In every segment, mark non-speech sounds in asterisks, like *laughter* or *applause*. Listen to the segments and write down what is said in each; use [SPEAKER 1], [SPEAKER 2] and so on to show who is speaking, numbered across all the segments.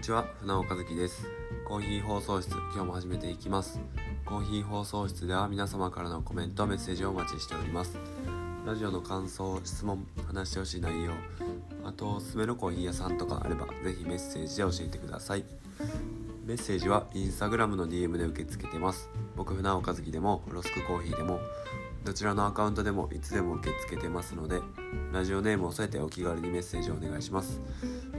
[SPEAKER 1] ちは船尾和樹ですコーヒー放送室今日も始めていきますコーヒー放送室では皆様からのコメントメッセージをお待ちしておりますラジオの感想質問話してほしい内容あとおすすめのコーヒー屋さんとかあればぜひメッセージで教えてくださいメッセージはインスタグラムの DM で受け付けてます僕船尾和樹でもロスクコーヒーでもどちらのアカウントでもいつでも受け付けてますのでラジオネームを添えてお気軽にメッセージをお願いします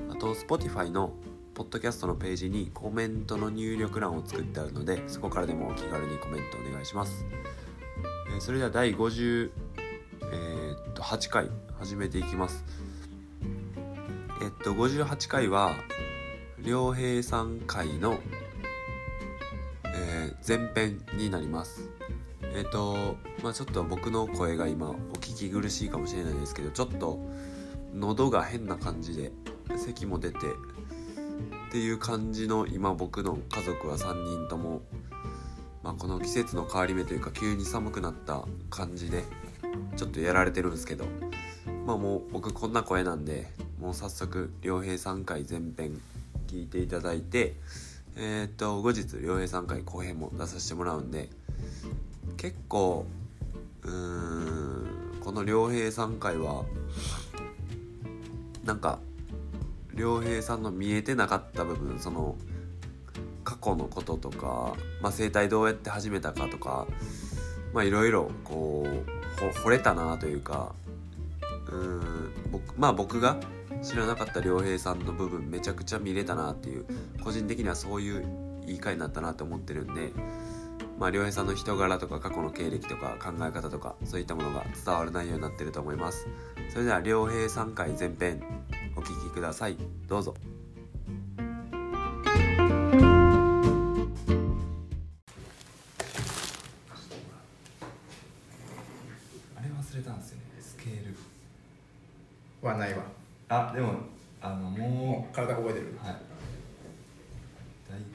[SPEAKER 1] あと Spotify のポッドキャストのページにコメントの入力欄を作ってあるのでそこからでもお気軽にコメントお願いします、えーそれでは第50えーっと8回始めていきますえっと58回は良平さん回の、えー前編になりますえっ、とまあちょっと僕の声が今お聞き苦しいかもしれないですけどちょっと喉が変な感じで咳も出てっていう感じの今僕の家族は3人とも、まあ、この季節の変わり目というか急に寒くなった感じでちょっとやられてるんですけどまあもう僕こんな声なんでもう早速良平3回前編聞いていただいてえーっと後日良平3回後編も出させてもらうんで結構うーんこの良平さん回はなんか良平さんの見えてなかった部分その過去のこととか、まあ、生態どうやって始めたかとかまあいろいろこうほ惚れたなというかうーん僕まあ僕が知らなかった良平さんの部分めちゃくちゃ見れたなっていう個人的にはそういういい回になったなと思ってるんでまあ、良平さんの人柄とか過去の経歴とか考え方とかそういったものが伝わる内容になってると思いますそれでは良平さん回前編お聞きくださいどうぞ
[SPEAKER 2] あれ忘れたんですよねスケール
[SPEAKER 3] はないわ
[SPEAKER 2] あでもあのも
[SPEAKER 3] もう体が覚えてる
[SPEAKER 2] うはい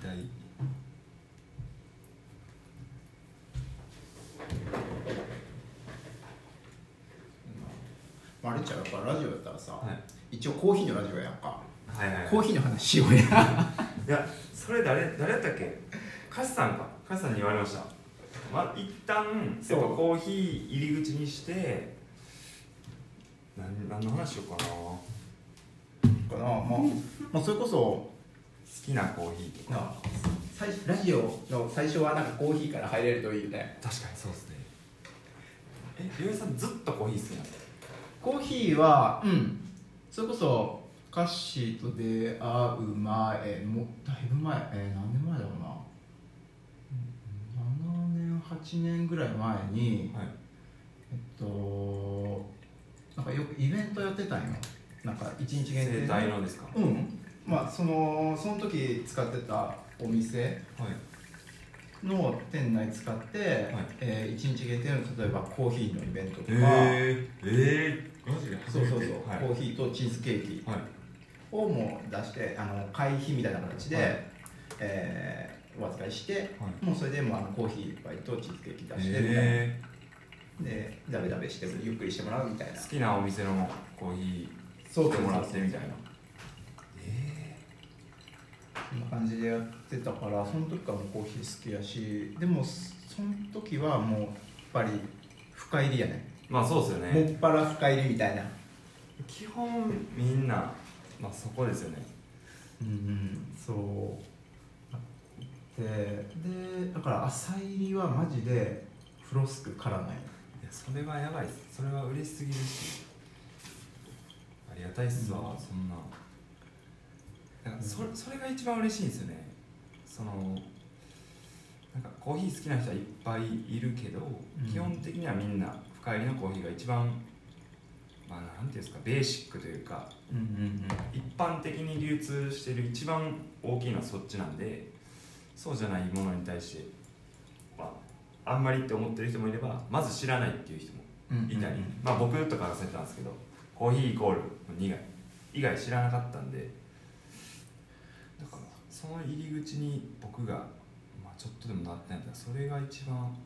[SPEAKER 2] 大体
[SPEAKER 3] まあ、あれちゃうやっぱラジオやったらさ、
[SPEAKER 2] は
[SPEAKER 3] 一応コーヒーのラジオやんか
[SPEAKER 2] はいはい
[SPEAKER 3] コーヒーの話しようや
[SPEAKER 4] いやそれ誰誰やったっけカシさんかカシさんに言われましたまあ一旦
[SPEAKER 3] そう
[SPEAKER 4] やっぱコーヒー入り口にして何何の話しようかな好
[SPEAKER 3] かなもうもうそれこそ
[SPEAKER 4] きなコーヒーとか
[SPEAKER 3] なあ最初ラジオの最初はなんかコーヒーから入れるといいよね
[SPEAKER 4] 確かにそうですねえりょうさんずっとコーヒー好きなんですか
[SPEAKER 3] コーヒーはうんそれこそカッシーと出会う前もだいぶ前えー何年前だろうな7年8年ぐらい前に
[SPEAKER 4] はい
[SPEAKER 3] えっとなんかよくイベントやってたんよなんか一日限定
[SPEAKER 4] 生態のですか
[SPEAKER 3] うんまあそのその時使ってたお店
[SPEAKER 4] はい
[SPEAKER 3] の店内使って、えー一日限定の例えばコーヒーのイベントとか、
[SPEAKER 4] えー、えー、マジで初
[SPEAKER 3] そう
[SPEAKER 4] めて
[SPEAKER 3] そうそう、
[SPEAKER 4] はい
[SPEAKER 3] コーヒーとチーズケーキ
[SPEAKER 4] はい
[SPEAKER 3] をもう出してあの会費みたいな形で、
[SPEAKER 4] はい
[SPEAKER 3] えーお預かりして、
[SPEAKER 4] はい
[SPEAKER 3] もうそれでもうあのコーヒー一杯とチーズケーキ出してみたいな、
[SPEAKER 4] え
[SPEAKER 3] でダベダベしてゆっくりしてもらうみたいな
[SPEAKER 4] ー、好きなお店のコーヒー来てもらってみたいなえ
[SPEAKER 3] そんな感じでやってたからその時からもうコーヒー好きやしでもその時はもうやっぱり深入りやね
[SPEAKER 4] ー、まあそうですよね
[SPEAKER 3] もっぱら深入りみたいな
[SPEAKER 4] 基本みんな、まあ、そこですよね
[SPEAKER 3] うんうんそうででだから浅入りはマジでフロスクからない
[SPEAKER 4] いやそれはやばいっすそれは嬉しすぎるしありがたいっすわ、
[SPEAKER 3] うん
[SPEAKER 4] そんななんかそそれが一番嬉しいんですよねそのなんかコーヒー好きな人はいっぱいいるけど、
[SPEAKER 3] うん
[SPEAKER 4] 基本的にはみんな深入りのコーヒーが一番まあなんていうんですかベーシックというか
[SPEAKER 3] うんうん
[SPEAKER 4] 一般的に流通してる一番大きいのはそっちなんでそうじゃないものに対して、まあ、あんまりって思ってる人もいればまず知らないっていう人も
[SPEAKER 3] うん
[SPEAKER 4] いたり、まあ、僕とかがそうやったんですけどコーヒーイコール苦い以外知らなかったんでだからその入り口に僕が、まあ、ちょっとでもなってないんだそれが一番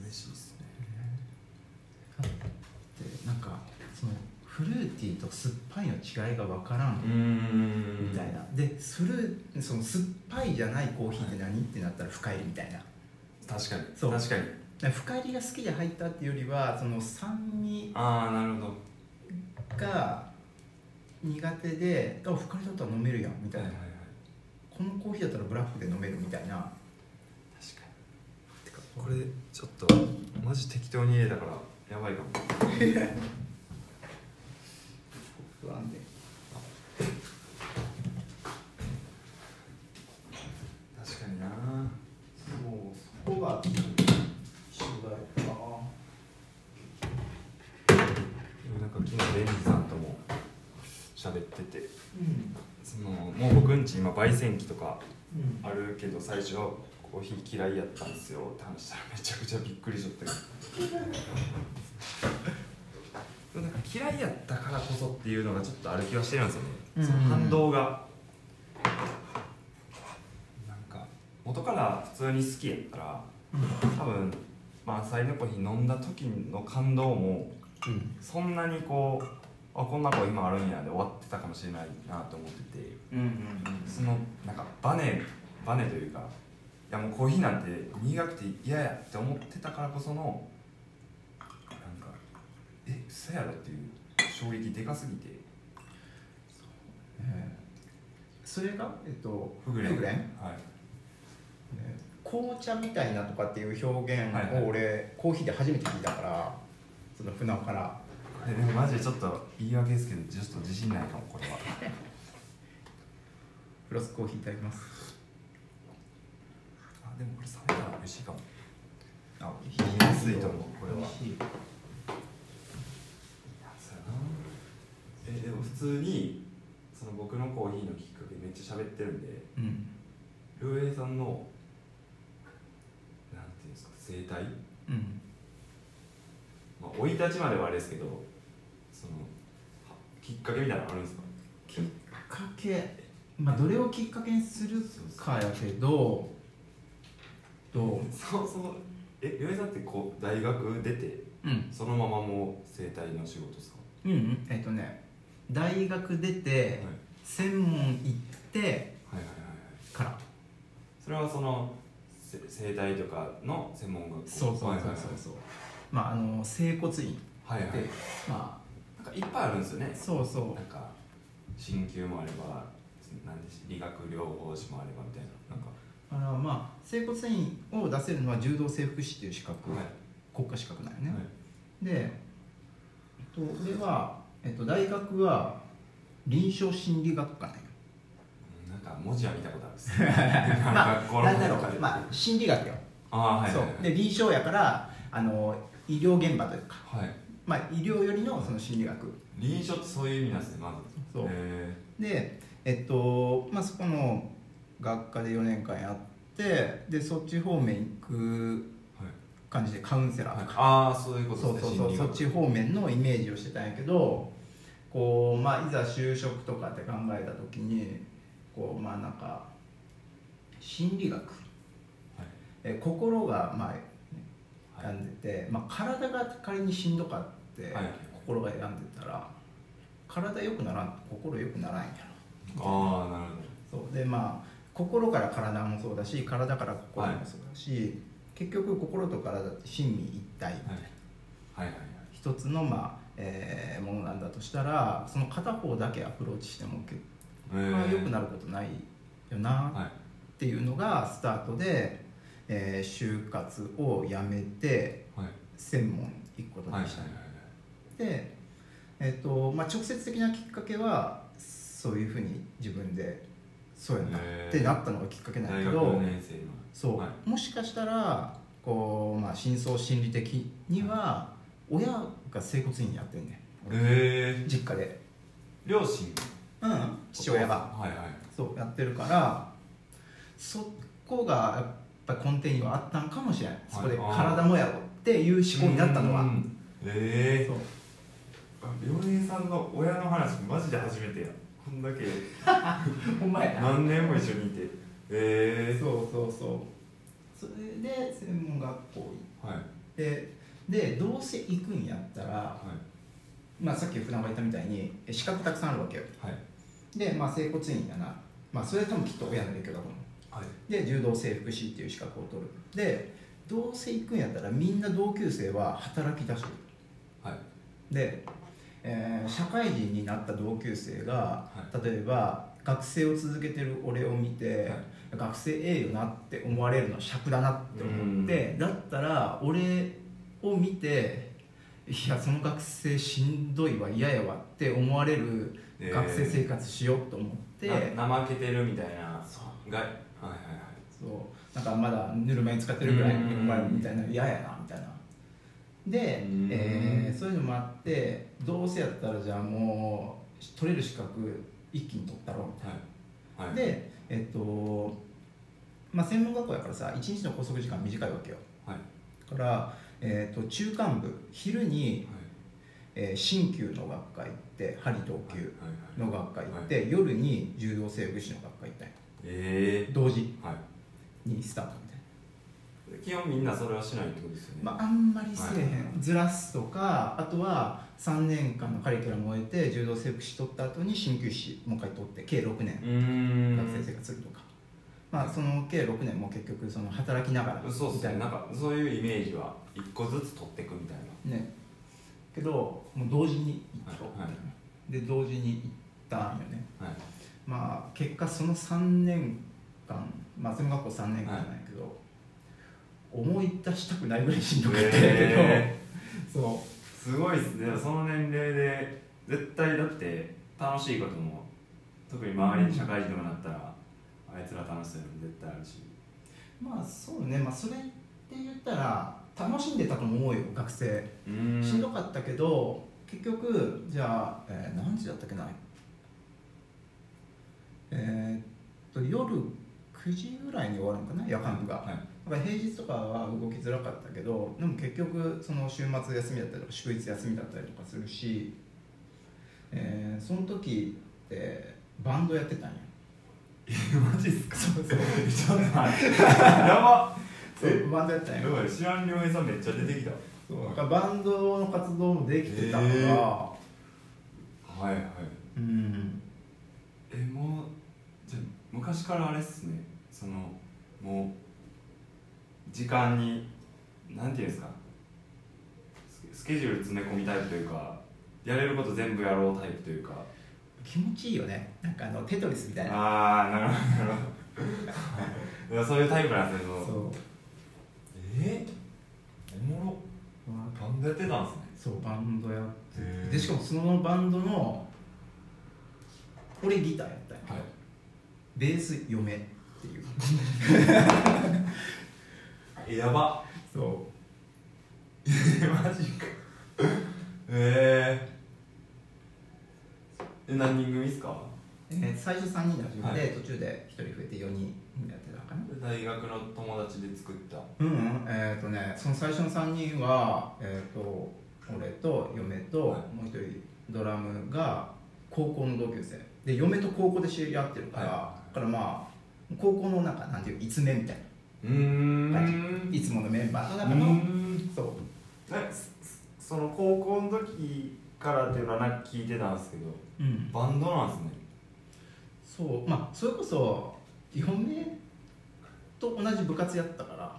[SPEAKER 4] 嬉しいですね
[SPEAKER 3] でなんかそのフルーティーと酸っぱいの違いが分からん
[SPEAKER 4] ん
[SPEAKER 3] みたいな、でフルその酸っぱいじゃないコーヒーって何、ってなったら深入りみたいな
[SPEAKER 4] 確かに
[SPEAKER 3] そう
[SPEAKER 4] 確かに
[SPEAKER 3] だから深入りが好きで入ったっていうよりはその酸味
[SPEAKER 4] ああなるほど
[SPEAKER 3] が苦手であ深入りだったら飲めるやんみたいな、このコーヒーだったらブラックで飲めるみたいな
[SPEAKER 4] 確かにてかこれちょっとマジ適当に入れたからやばいかも
[SPEAKER 3] 不安で
[SPEAKER 4] 確かにな
[SPEAKER 3] そうそこが一緒だよ
[SPEAKER 4] でもなんか昨日レンジさんとも喋ってて
[SPEAKER 3] うん
[SPEAKER 4] そのもう僕んち今焙煎機とか
[SPEAKER 3] うん
[SPEAKER 4] あるけど最初コーヒー嫌いやったんですよって話したらめちゃくちゃびっくりしちゃったけどなんか嫌いやったからこそっていうのがちょっとある気はしてるんですよね、
[SPEAKER 3] うん
[SPEAKER 4] その反動がなんか元から普通に好きやったら多分まあサイのコーヒー飲んだ時の感動も
[SPEAKER 3] うん
[SPEAKER 4] そんなにこうあこんな子今あるんやで終わってたかもしれないなと思ってて
[SPEAKER 3] うんうん
[SPEAKER 4] そのなんかバネバネというかいやもうコーヒーなんて苦くて嫌やって思ってたからこそのなんかえ嘘やろっていう衝撃でかすぎて
[SPEAKER 3] えーそれがえっと
[SPEAKER 4] フグレン
[SPEAKER 3] フグレン
[SPEAKER 4] はい
[SPEAKER 3] ね紅茶みたいなとかっていう表現
[SPEAKER 4] はいはい
[SPEAKER 3] を俺コーヒーで初めて聞いたからその船尾から
[SPEAKER 4] これでもマジでちょっと言い訳ですけどちょっと自信ないかもこれは
[SPEAKER 3] フロスコーヒーいただきます
[SPEAKER 4] あでもこれ冷めたら美味しいかもあ言いやすいと思うこれはそうやなえでも普通にその僕のコーヒーのきっかけめっちゃ喋ってるんで
[SPEAKER 3] うん
[SPEAKER 4] ルーエイさんのなんていうんですか生態
[SPEAKER 3] うん
[SPEAKER 4] まあ生い立ちまではあれですけどそのはきっかけみたいなのあるんですか *laughs*
[SPEAKER 3] きっかけまあどれをきっかけにするかやけどど
[SPEAKER 4] そうそうえルーエイさんってこう大学出て
[SPEAKER 3] ううん
[SPEAKER 4] そのままもう生態の仕事ですか
[SPEAKER 3] うんうんえっとね大学出て
[SPEAKER 4] はい
[SPEAKER 3] 専門行って
[SPEAKER 4] はいはいはいはい
[SPEAKER 3] から
[SPEAKER 4] それはそのせ生態とかの専門学校
[SPEAKER 3] そうそうそうそうそうまああの整骨院
[SPEAKER 4] はいはいはいはい
[SPEAKER 3] でま
[SPEAKER 4] なんかいっぱいあるんですよね
[SPEAKER 3] あそうそう
[SPEAKER 4] なんか鍼灸もあればなんでし理学療法士もあればみたいななんか
[SPEAKER 3] だからまあ整骨院を出せるのは柔道整復師っていう資格、
[SPEAKER 4] はい
[SPEAKER 3] 国家資格なんよね、
[SPEAKER 4] はい
[SPEAKER 3] で、えっと、俺は、えっと、大学は臨床心理学
[SPEAKER 4] *laughs*
[SPEAKER 3] 科なんよ
[SPEAKER 4] うんなんか文字は見たことあるっす学校の
[SPEAKER 3] なんだろ
[SPEAKER 4] 中
[SPEAKER 3] う
[SPEAKER 4] で
[SPEAKER 3] まあ心理学よ、
[SPEAKER 4] ああはいはい
[SPEAKER 3] そうで臨床やからあの医療現場というか、
[SPEAKER 4] はいはい
[SPEAKER 3] まあ、医療よりのその心理学
[SPEAKER 4] 臨床ってそういう意味なんですねまず
[SPEAKER 3] そう
[SPEAKER 4] へえ
[SPEAKER 3] でえっとまあそこの学科で4年間やってでそっち方面行く
[SPEAKER 4] はい
[SPEAKER 3] 感じでカウンセラーとか、
[SPEAKER 4] はいああそういうこと
[SPEAKER 3] そう
[SPEAKER 4] です
[SPEAKER 3] そう
[SPEAKER 4] ね心理
[SPEAKER 3] そうそっ
[SPEAKER 4] 学
[SPEAKER 3] ち方面のイメージをしてたんやけどこう、まあ、いざ就職とかって考えた時にこうまあなんか心理学、え心がまあ
[SPEAKER 4] はい
[SPEAKER 3] 病んでて、まあ、体が仮にしんどかって、
[SPEAKER 4] はい
[SPEAKER 3] 心が病んでたら体良くならん心良くならんやろ
[SPEAKER 4] ああなるほど
[SPEAKER 3] そうでまあ心から体もそうだし体から心もそうだし、結局心と体って心身一体、
[SPEAKER 4] はいはいはい
[SPEAKER 3] 一つの、まあえーものなんだとしたらその片方だけアプローチしても結
[SPEAKER 4] へえ
[SPEAKER 3] 果良くなることないよな
[SPEAKER 4] はい
[SPEAKER 3] っていうのがスタートで、えー就活をやめて
[SPEAKER 4] はい
[SPEAKER 3] 専門行くこと
[SPEAKER 4] はいはい
[SPEAKER 3] に
[SPEAKER 4] はい
[SPEAKER 3] した、で、えーとまあ、直接的なきっかけはそういうふうに自分でそうやなっ
[SPEAKER 4] へー
[SPEAKER 3] てなったのがきっかけなんだ
[SPEAKER 4] 大
[SPEAKER 3] け
[SPEAKER 4] 学
[SPEAKER 3] ど、
[SPEAKER 4] 4年生の
[SPEAKER 3] そう、
[SPEAKER 4] はい
[SPEAKER 3] もしかしたらこう、まあ、深層心理的には親が整骨院やってんね
[SPEAKER 4] へ
[SPEAKER 3] ん
[SPEAKER 4] え
[SPEAKER 3] 実家で、
[SPEAKER 4] 両親
[SPEAKER 3] うん、父親が
[SPEAKER 4] はいはい
[SPEAKER 3] そうやってるからそこがやっぱ根底にはあったんかもしれないそこで
[SPEAKER 4] あー
[SPEAKER 3] 体もやろっていう思考になったのは
[SPEAKER 4] うんへえ
[SPEAKER 3] そう
[SPEAKER 4] 両平さんの親の話マジで初めてやこんだけ
[SPEAKER 3] *laughs* ほんまやな
[SPEAKER 4] 何年も一緒にいてえ
[SPEAKER 3] そうそうそうそれで専門学校行っ
[SPEAKER 4] ー、はい
[SPEAKER 3] てでどうせ行くんやったら
[SPEAKER 4] はい
[SPEAKER 3] まあ、さっき船場が言ったみたいにえ資格たくさんあるわけよ
[SPEAKER 4] はい
[SPEAKER 3] で、まあ、整骨院だな、まあ、それは多分きっと親の影響だと思う
[SPEAKER 4] はい
[SPEAKER 3] で柔道整復師っていう資格を取るでどうせ行くんやったらみんな同級生は働き出して
[SPEAKER 4] はい
[SPEAKER 3] るで、えー社会人になった同級生が、例えば学生を続けてる俺を見て、学生ええよなって思われるのは尺だなって思って、だったら俺を見ていやその学生しんどいわ嫌やわって思われる
[SPEAKER 4] えー
[SPEAKER 3] 学生生活しようと思って、
[SPEAKER 4] な怠けてるみたいながはいはいはい
[SPEAKER 3] そうなんかまだぬるま湯使ってるぐらい
[SPEAKER 4] うん
[SPEAKER 3] お前みたいな嫌やなみたいなで
[SPEAKER 4] うん、
[SPEAKER 3] えーそういうのもあってどうせやったらじゃあもう取れる資格一気に取ったろうみたい
[SPEAKER 4] はいは
[SPEAKER 3] ないでえっとまあ専門学校やからさ一日の拘束時間短いわけよ
[SPEAKER 4] はい
[SPEAKER 3] だから、えっと中間部昼に、えー鍼灸の学会行って針同
[SPEAKER 4] はいはい
[SPEAKER 3] 級
[SPEAKER 4] はい
[SPEAKER 3] の学会行って、夜に柔道整復師の学会行ったんよ
[SPEAKER 4] え
[SPEAKER 3] 同時
[SPEAKER 4] えは
[SPEAKER 3] にスタートみたいない
[SPEAKER 4] 基本みんなそれはしないってことですよね
[SPEAKER 3] まあ、あんまりせえへんずらすとかあとは3年間のカリキュラムを終えて柔道整復師取った後に鍼灸師もう一回取って計6
[SPEAKER 4] う
[SPEAKER 3] 年
[SPEAKER 4] ーん
[SPEAKER 3] 学生生活するとか、まあ、その計6年も結局その働きながらみ
[SPEAKER 4] そうっす
[SPEAKER 3] た
[SPEAKER 4] ね
[SPEAKER 3] い
[SPEAKER 4] なん
[SPEAKER 3] な、
[SPEAKER 4] かそういうイメージは一個ずつ取っていくみたいな
[SPEAKER 3] ね、けどもう同時に行ったろうみた
[SPEAKER 4] はい
[SPEAKER 3] いな、
[SPEAKER 4] は
[SPEAKER 3] で同時に行ったんよね
[SPEAKER 4] はい
[SPEAKER 3] まあ結果その3年間まあ専門学校3年間なんやけど、思い出したくないぐらいしんどかったんやけど、
[SPEAKER 4] へ
[SPEAKER 3] *laughs* そう
[SPEAKER 4] すごいっすねその年齢で絶対だって楽しいことも特に周りに社会人とかなったらあいつら楽しそうやの絶対あるし
[SPEAKER 3] まあそうね、まあ、それって言ったら楽しんでたと思うよ学生
[SPEAKER 4] うーん
[SPEAKER 3] しんどかったけど結局じゃあ、えー何時だったっけなえーっと夜9時ぐらいに終わるのかな夜間部が、
[SPEAKER 4] はい
[SPEAKER 3] だから平日とかは動きづらかったけどでも結局その週末休みだったりとか祝日休みだったりとかするし、えーその時ってバンドやってたんよ
[SPEAKER 4] マジっすか
[SPEAKER 3] そうそ
[SPEAKER 4] *laughs* ち
[SPEAKER 3] う
[SPEAKER 4] ょっと待って *laughs* やば
[SPEAKER 3] そうバンドやってたんよ
[SPEAKER 4] やばい知らん両親さんめっちゃ出てきた
[SPEAKER 3] そうだからバンドの活動もできてたから、
[SPEAKER 4] へーはいはい
[SPEAKER 3] うん
[SPEAKER 4] えもうじゃあ昔からあれっすねそのもう時間になんていうんですかスケスケジュール詰め込みタイプというかやれること全部やろうタイプというか
[SPEAKER 3] 気持ちいいよねなんかあのテトリスみたいな
[SPEAKER 4] ああなるほどなるほど *laughs* いやそういうタイプなんですけ
[SPEAKER 3] そう
[SPEAKER 4] ど
[SPEAKER 2] えー、おもろバンドやってたんですね
[SPEAKER 3] そうバンドやって
[SPEAKER 2] へー
[SPEAKER 3] でしかもそのバンドの俺ギターやったんやけど、
[SPEAKER 2] はい
[SPEAKER 3] ベース嫁って
[SPEAKER 4] *laughs*
[SPEAKER 3] いう
[SPEAKER 4] えやば
[SPEAKER 3] そ
[SPEAKER 4] マジかえー、え何人組っすか
[SPEAKER 3] う、えー最初3人で始めて、
[SPEAKER 4] は
[SPEAKER 3] 途中で1人増えて4人やってたかな
[SPEAKER 4] 大学の友達で作った
[SPEAKER 3] うんうんえっ、とねその最初の3人はえっ、と俺と嫁とも
[SPEAKER 4] はいう
[SPEAKER 3] 一人ドラムが高校の同級生で嫁と高校で知り合ってるから、
[SPEAKER 4] は
[SPEAKER 3] だからまあ高校の中なんていういつめみたい
[SPEAKER 4] うん
[SPEAKER 3] な
[SPEAKER 4] ー
[SPEAKER 3] い
[SPEAKER 4] ん
[SPEAKER 3] つものメンバーの
[SPEAKER 4] う
[SPEAKER 3] 中の、
[SPEAKER 4] ん
[SPEAKER 3] そう
[SPEAKER 4] えそその高校の時からっていうのはなんか聞いてたんですけど
[SPEAKER 3] うん
[SPEAKER 4] バンドなんですね
[SPEAKER 3] そうまあそれこそ嫁と同じ部活やったから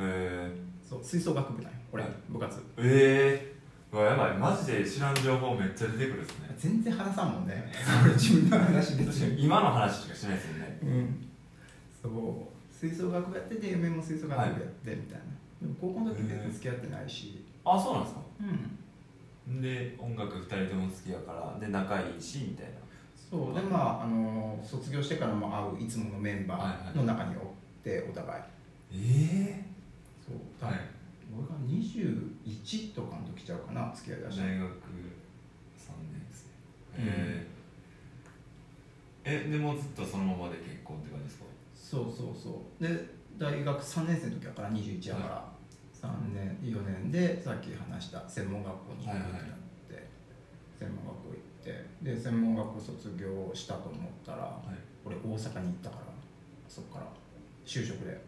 [SPEAKER 4] え
[SPEAKER 3] そう吹奏楽部なんよ俺、
[SPEAKER 4] はい
[SPEAKER 3] 部活
[SPEAKER 4] ー、えー、うわやばいマジで知らん情報めっちゃ出てくるっすね
[SPEAKER 3] 全然話さんもんね *laughs* それ自分の話別
[SPEAKER 4] 確か
[SPEAKER 3] に
[SPEAKER 4] に今の話しかしないですよね
[SPEAKER 3] うん、そう吹奏楽部やってて夢も吹奏楽部やってみたいな、でも高校の時別に付き合ってないし、
[SPEAKER 4] あそうなんですか
[SPEAKER 3] うん
[SPEAKER 4] で音楽2人とも好きやからで仲いいしみたいな
[SPEAKER 3] そうでまああの卒業してからも会ういつものメンバーの中におってお互い
[SPEAKER 4] え
[SPEAKER 3] そう
[SPEAKER 4] えはい
[SPEAKER 3] 俺が21とかの時ちゃうかな付き合いだ
[SPEAKER 4] 大
[SPEAKER 3] し
[SPEAKER 4] 学3
[SPEAKER 3] たの
[SPEAKER 4] 年生えーえでもずっとそのままで結婚って感じですか
[SPEAKER 3] そうそうそうで大学3年生の時やから21やから、3年4年でさっき話した専門学校に行くようになって、専門学校行ってで専門学校卒業したと思ったら、
[SPEAKER 4] い
[SPEAKER 3] 俺大阪に行ったからそっから就職で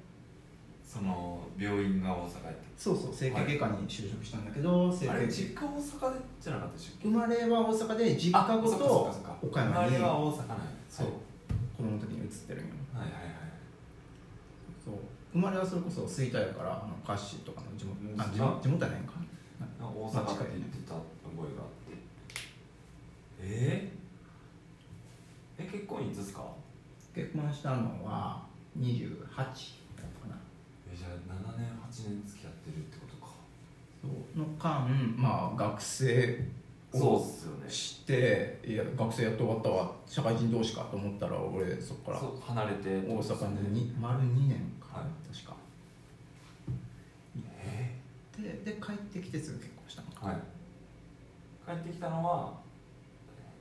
[SPEAKER 4] その病院が大阪やっ
[SPEAKER 3] そうそう整形外科に就職したんだけど、整
[SPEAKER 4] たあれ
[SPEAKER 3] 形
[SPEAKER 4] 実家大阪じゃなかったでしたっけ
[SPEAKER 3] 生まれは大阪で実家ご
[SPEAKER 4] あそっか
[SPEAKER 3] と
[SPEAKER 4] そっかそっか
[SPEAKER 3] 岡山に
[SPEAKER 4] 生まれは
[SPEAKER 3] 子
[SPEAKER 4] 大阪なんや
[SPEAKER 3] そう供の時に移ってるんよ
[SPEAKER 4] はいはいはい
[SPEAKER 3] そう生まれはそれこそ吹田やからあのカッシーとかの地元
[SPEAKER 4] うん
[SPEAKER 3] あ地元地元やないんか
[SPEAKER 4] はい大阪って言ってた覚えがあってえー、え結婚いつですか
[SPEAKER 3] 結婚したのは28だったかな
[SPEAKER 4] えじゃあ7年8年付き合ってるってことか
[SPEAKER 3] そうの間まあ学生
[SPEAKER 4] そう
[SPEAKER 3] を
[SPEAKER 4] っすよね
[SPEAKER 3] していや学生やっと終わったわ社会人同士かと思ったら俺そこから
[SPEAKER 4] そう離れて
[SPEAKER 3] 大
[SPEAKER 4] ってことですよね
[SPEAKER 3] 阪にに丸2年か、
[SPEAKER 4] はい
[SPEAKER 3] 確か
[SPEAKER 4] え
[SPEAKER 3] でで帰ってきてすぐ結婚したのか
[SPEAKER 4] ー、はい帰ってきたのは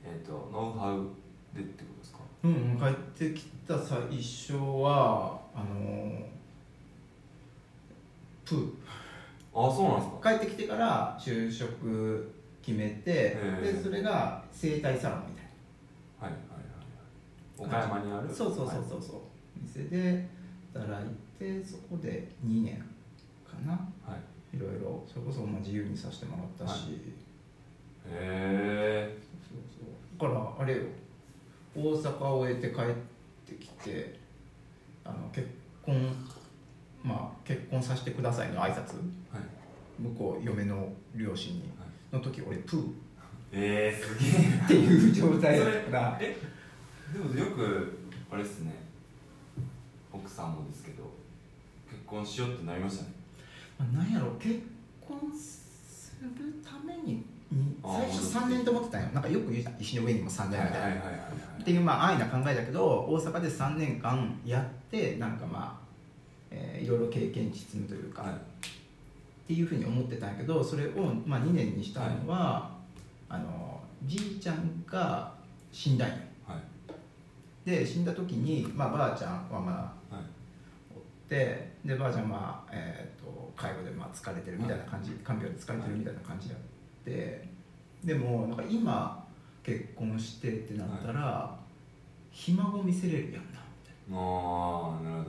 [SPEAKER 4] えっ、とノウハウでってことですか
[SPEAKER 3] うんうん帰ってきた最初はあのープー
[SPEAKER 4] あそうなんですか
[SPEAKER 3] 帰ってきてから就職決めて、
[SPEAKER 4] へ
[SPEAKER 3] で
[SPEAKER 4] ー
[SPEAKER 3] それが整体サロンみたい
[SPEAKER 4] はいはいはいはい岡山にあ
[SPEAKER 3] な
[SPEAKER 4] る
[SPEAKER 3] そうそうそう
[SPEAKER 4] はい
[SPEAKER 3] そうそう、店で働いてそこで2年かな
[SPEAKER 4] はい、
[SPEAKER 3] いろいろそれこそまあ自由にさせてもらったし、
[SPEAKER 4] はいへえ
[SPEAKER 3] そうそうだからあれよ大阪を終えて帰ってきてあの結婚まあ結婚させてくださいの挨
[SPEAKER 4] はい
[SPEAKER 3] 拶向こう嫁の両親に
[SPEAKER 4] はい
[SPEAKER 3] の時俺プー
[SPEAKER 4] えー、すげえ
[SPEAKER 3] っていう状態だったから
[SPEAKER 4] え *laughs* でもよくあれっすね奥さんもですけど結婚しようってなりましたね
[SPEAKER 3] まあなんやろ結婚するためにに
[SPEAKER 4] あー
[SPEAKER 3] 最初3年と思ってたんよなんかよく言うじゃん石の上にも3年みたいな、
[SPEAKER 4] はいはい
[SPEAKER 3] っていうまあ安易な考えだけど大阪で3年間やってなんかまあ、えーいろいろ経験値積むというか、
[SPEAKER 4] はい
[SPEAKER 3] っていうふうに思ってたんやけどそれを、まあ、2年にしたのは、あのじいちゃんが死んだんよ
[SPEAKER 4] はい
[SPEAKER 3] で死んだ時に、まあ、ばあちゃんはまあ
[SPEAKER 4] はい
[SPEAKER 3] おってでばあちゃんは、まあえー、と介護でまあ疲れてるみたいな感じ看病で疲れてるみたいな感じやってでもなんか今結婚してってなったら、ひ孫見せれるやんなみたいな
[SPEAKER 4] ああなるほど
[SPEAKER 3] そう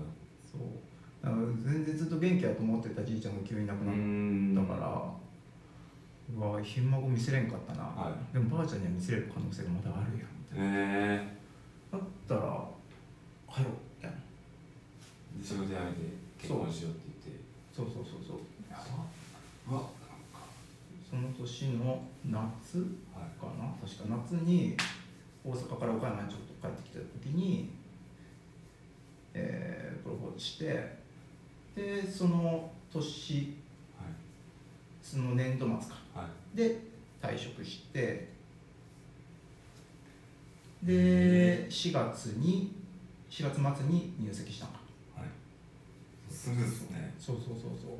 [SPEAKER 3] だから全然ずっと元気やと思ってたじいちゃんが急に亡く
[SPEAKER 4] う
[SPEAKER 3] なって。
[SPEAKER 4] ん
[SPEAKER 3] だから、うわひ孫見せれんかったな、
[SPEAKER 4] は
[SPEAKER 3] でもばあちゃんには見せれる可能性がまだあるやんみたい
[SPEAKER 4] え
[SPEAKER 3] なだったら帰ろうみたいな
[SPEAKER 4] ー、で仕事辞めて結婚しようって言って
[SPEAKER 3] そうそうそうそう
[SPEAKER 4] やばうわなんか
[SPEAKER 3] その年の夏
[SPEAKER 4] はい
[SPEAKER 3] かな確か夏に大阪から岡山にちょっと帰ってきた時に、えープロポーズしてでその年その年度末か
[SPEAKER 4] はいはい
[SPEAKER 3] で退職して
[SPEAKER 4] へ
[SPEAKER 3] で4月に4月末に入籍したのか
[SPEAKER 4] はいすぐですね
[SPEAKER 3] そうそうそうそう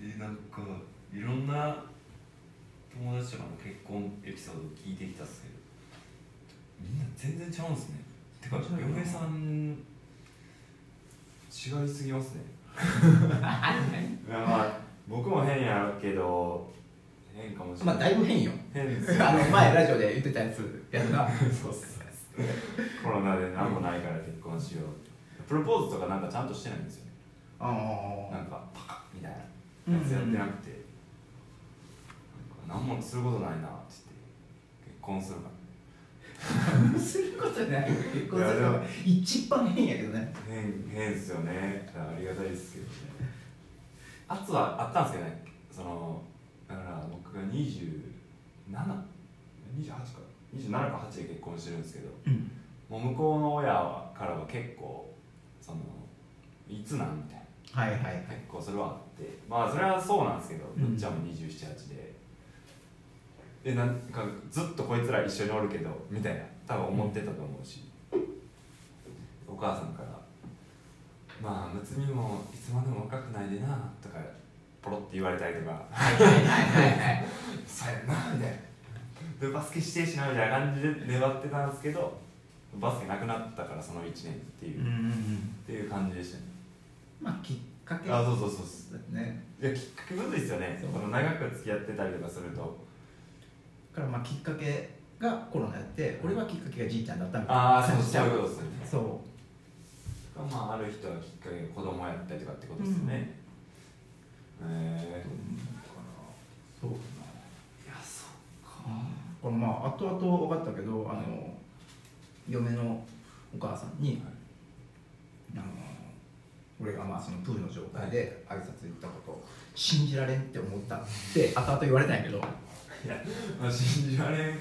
[SPEAKER 4] えー、なんかいろんな友達とかの結婚エピソード聞いてきたっすけどみんな全然ちゃうんすねてか
[SPEAKER 3] 違うよ
[SPEAKER 4] 嫁さん違いすぎますねいやまあ僕も変やけど変かもしれな
[SPEAKER 3] ま
[SPEAKER 4] い、
[SPEAKER 3] あだいぶ *laughs* 変よ
[SPEAKER 4] 変ですよね
[SPEAKER 3] あの前ラジオで言ってたやつやるな
[SPEAKER 4] そうっすコロナで何もないから結婚しようってプロポーズとかなんかちゃんとしてないんですよね
[SPEAKER 3] あ
[SPEAKER 4] なん
[SPEAKER 3] あ
[SPEAKER 4] かパカッみたいなやつやってなくて、なんか何もすることないなって言って結婚するか
[SPEAKER 3] することない結婚す
[SPEAKER 4] い
[SPEAKER 3] る
[SPEAKER 4] や
[SPEAKER 3] の
[SPEAKER 4] で
[SPEAKER 3] が一番変やけどね
[SPEAKER 4] ら変変っすよねだからありがたいですけどね圧はあったんですけどねそのだから僕が2728か27か8で結婚してるんですけど
[SPEAKER 3] うん
[SPEAKER 4] もう向こうの親からは結構そのいつなんみたいな
[SPEAKER 3] はいはいはい
[SPEAKER 4] 結構それはあってまあそれはそうなんですけど
[SPEAKER 3] うん
[SPEAKER 4] むっちゃんも278で、でなんかずっとこいつら一緒におるけどみたいな多分思ってたと思うし、お母さんから「まあ睦美もいつまでも若くないでな」とかポロって言われたりとか
[SPEAKER 3] はいはいはい
[SPEAKER 4] 「そうやんな」みたいな「でバスケしてえしな」みたいな感じで粘ってたんですけどバスケなくなったからその1年っていうう、
[SPEAKER 3] んうんう
[SPEAKER 4] っ
[SPEAKER 3] ん
[SPEAKER 4] ていう感じでしたね
[SPEAKER 3] まあきっかけ
[SPEAKER 4] あそうそうそう
[SPEAKER 3] だね
[SPEAKER 4] いやきっかけむずいですよね
[SPEAKER 3] そう
[SPEAKER 4] この長く付き合ってたりとかすると
[SPEAKER 3] だからまあきっかけがコロナやって俺はきっかけがじいちゃんだったみたいな
[SPEAKER 4] ああそうそういうことですね
[SPEAKER 3] そう
[SPEAKER 4] まあある人はきっかけが子供やったりとかってことですね、え
[SPEAKER 3] そう
[SPEAKER 4] いやそうか
[SPEAKER 3] これまあ後々分かったけどあの嫁のお母さんに、
[SPEAKER 4] はい
[SPEAKER 3] あの俺がまあそのプーの状態で挨拶行ったことを信じられんって思ったって後々言われたんやけど
[SPEAKER 4] まあ信じられん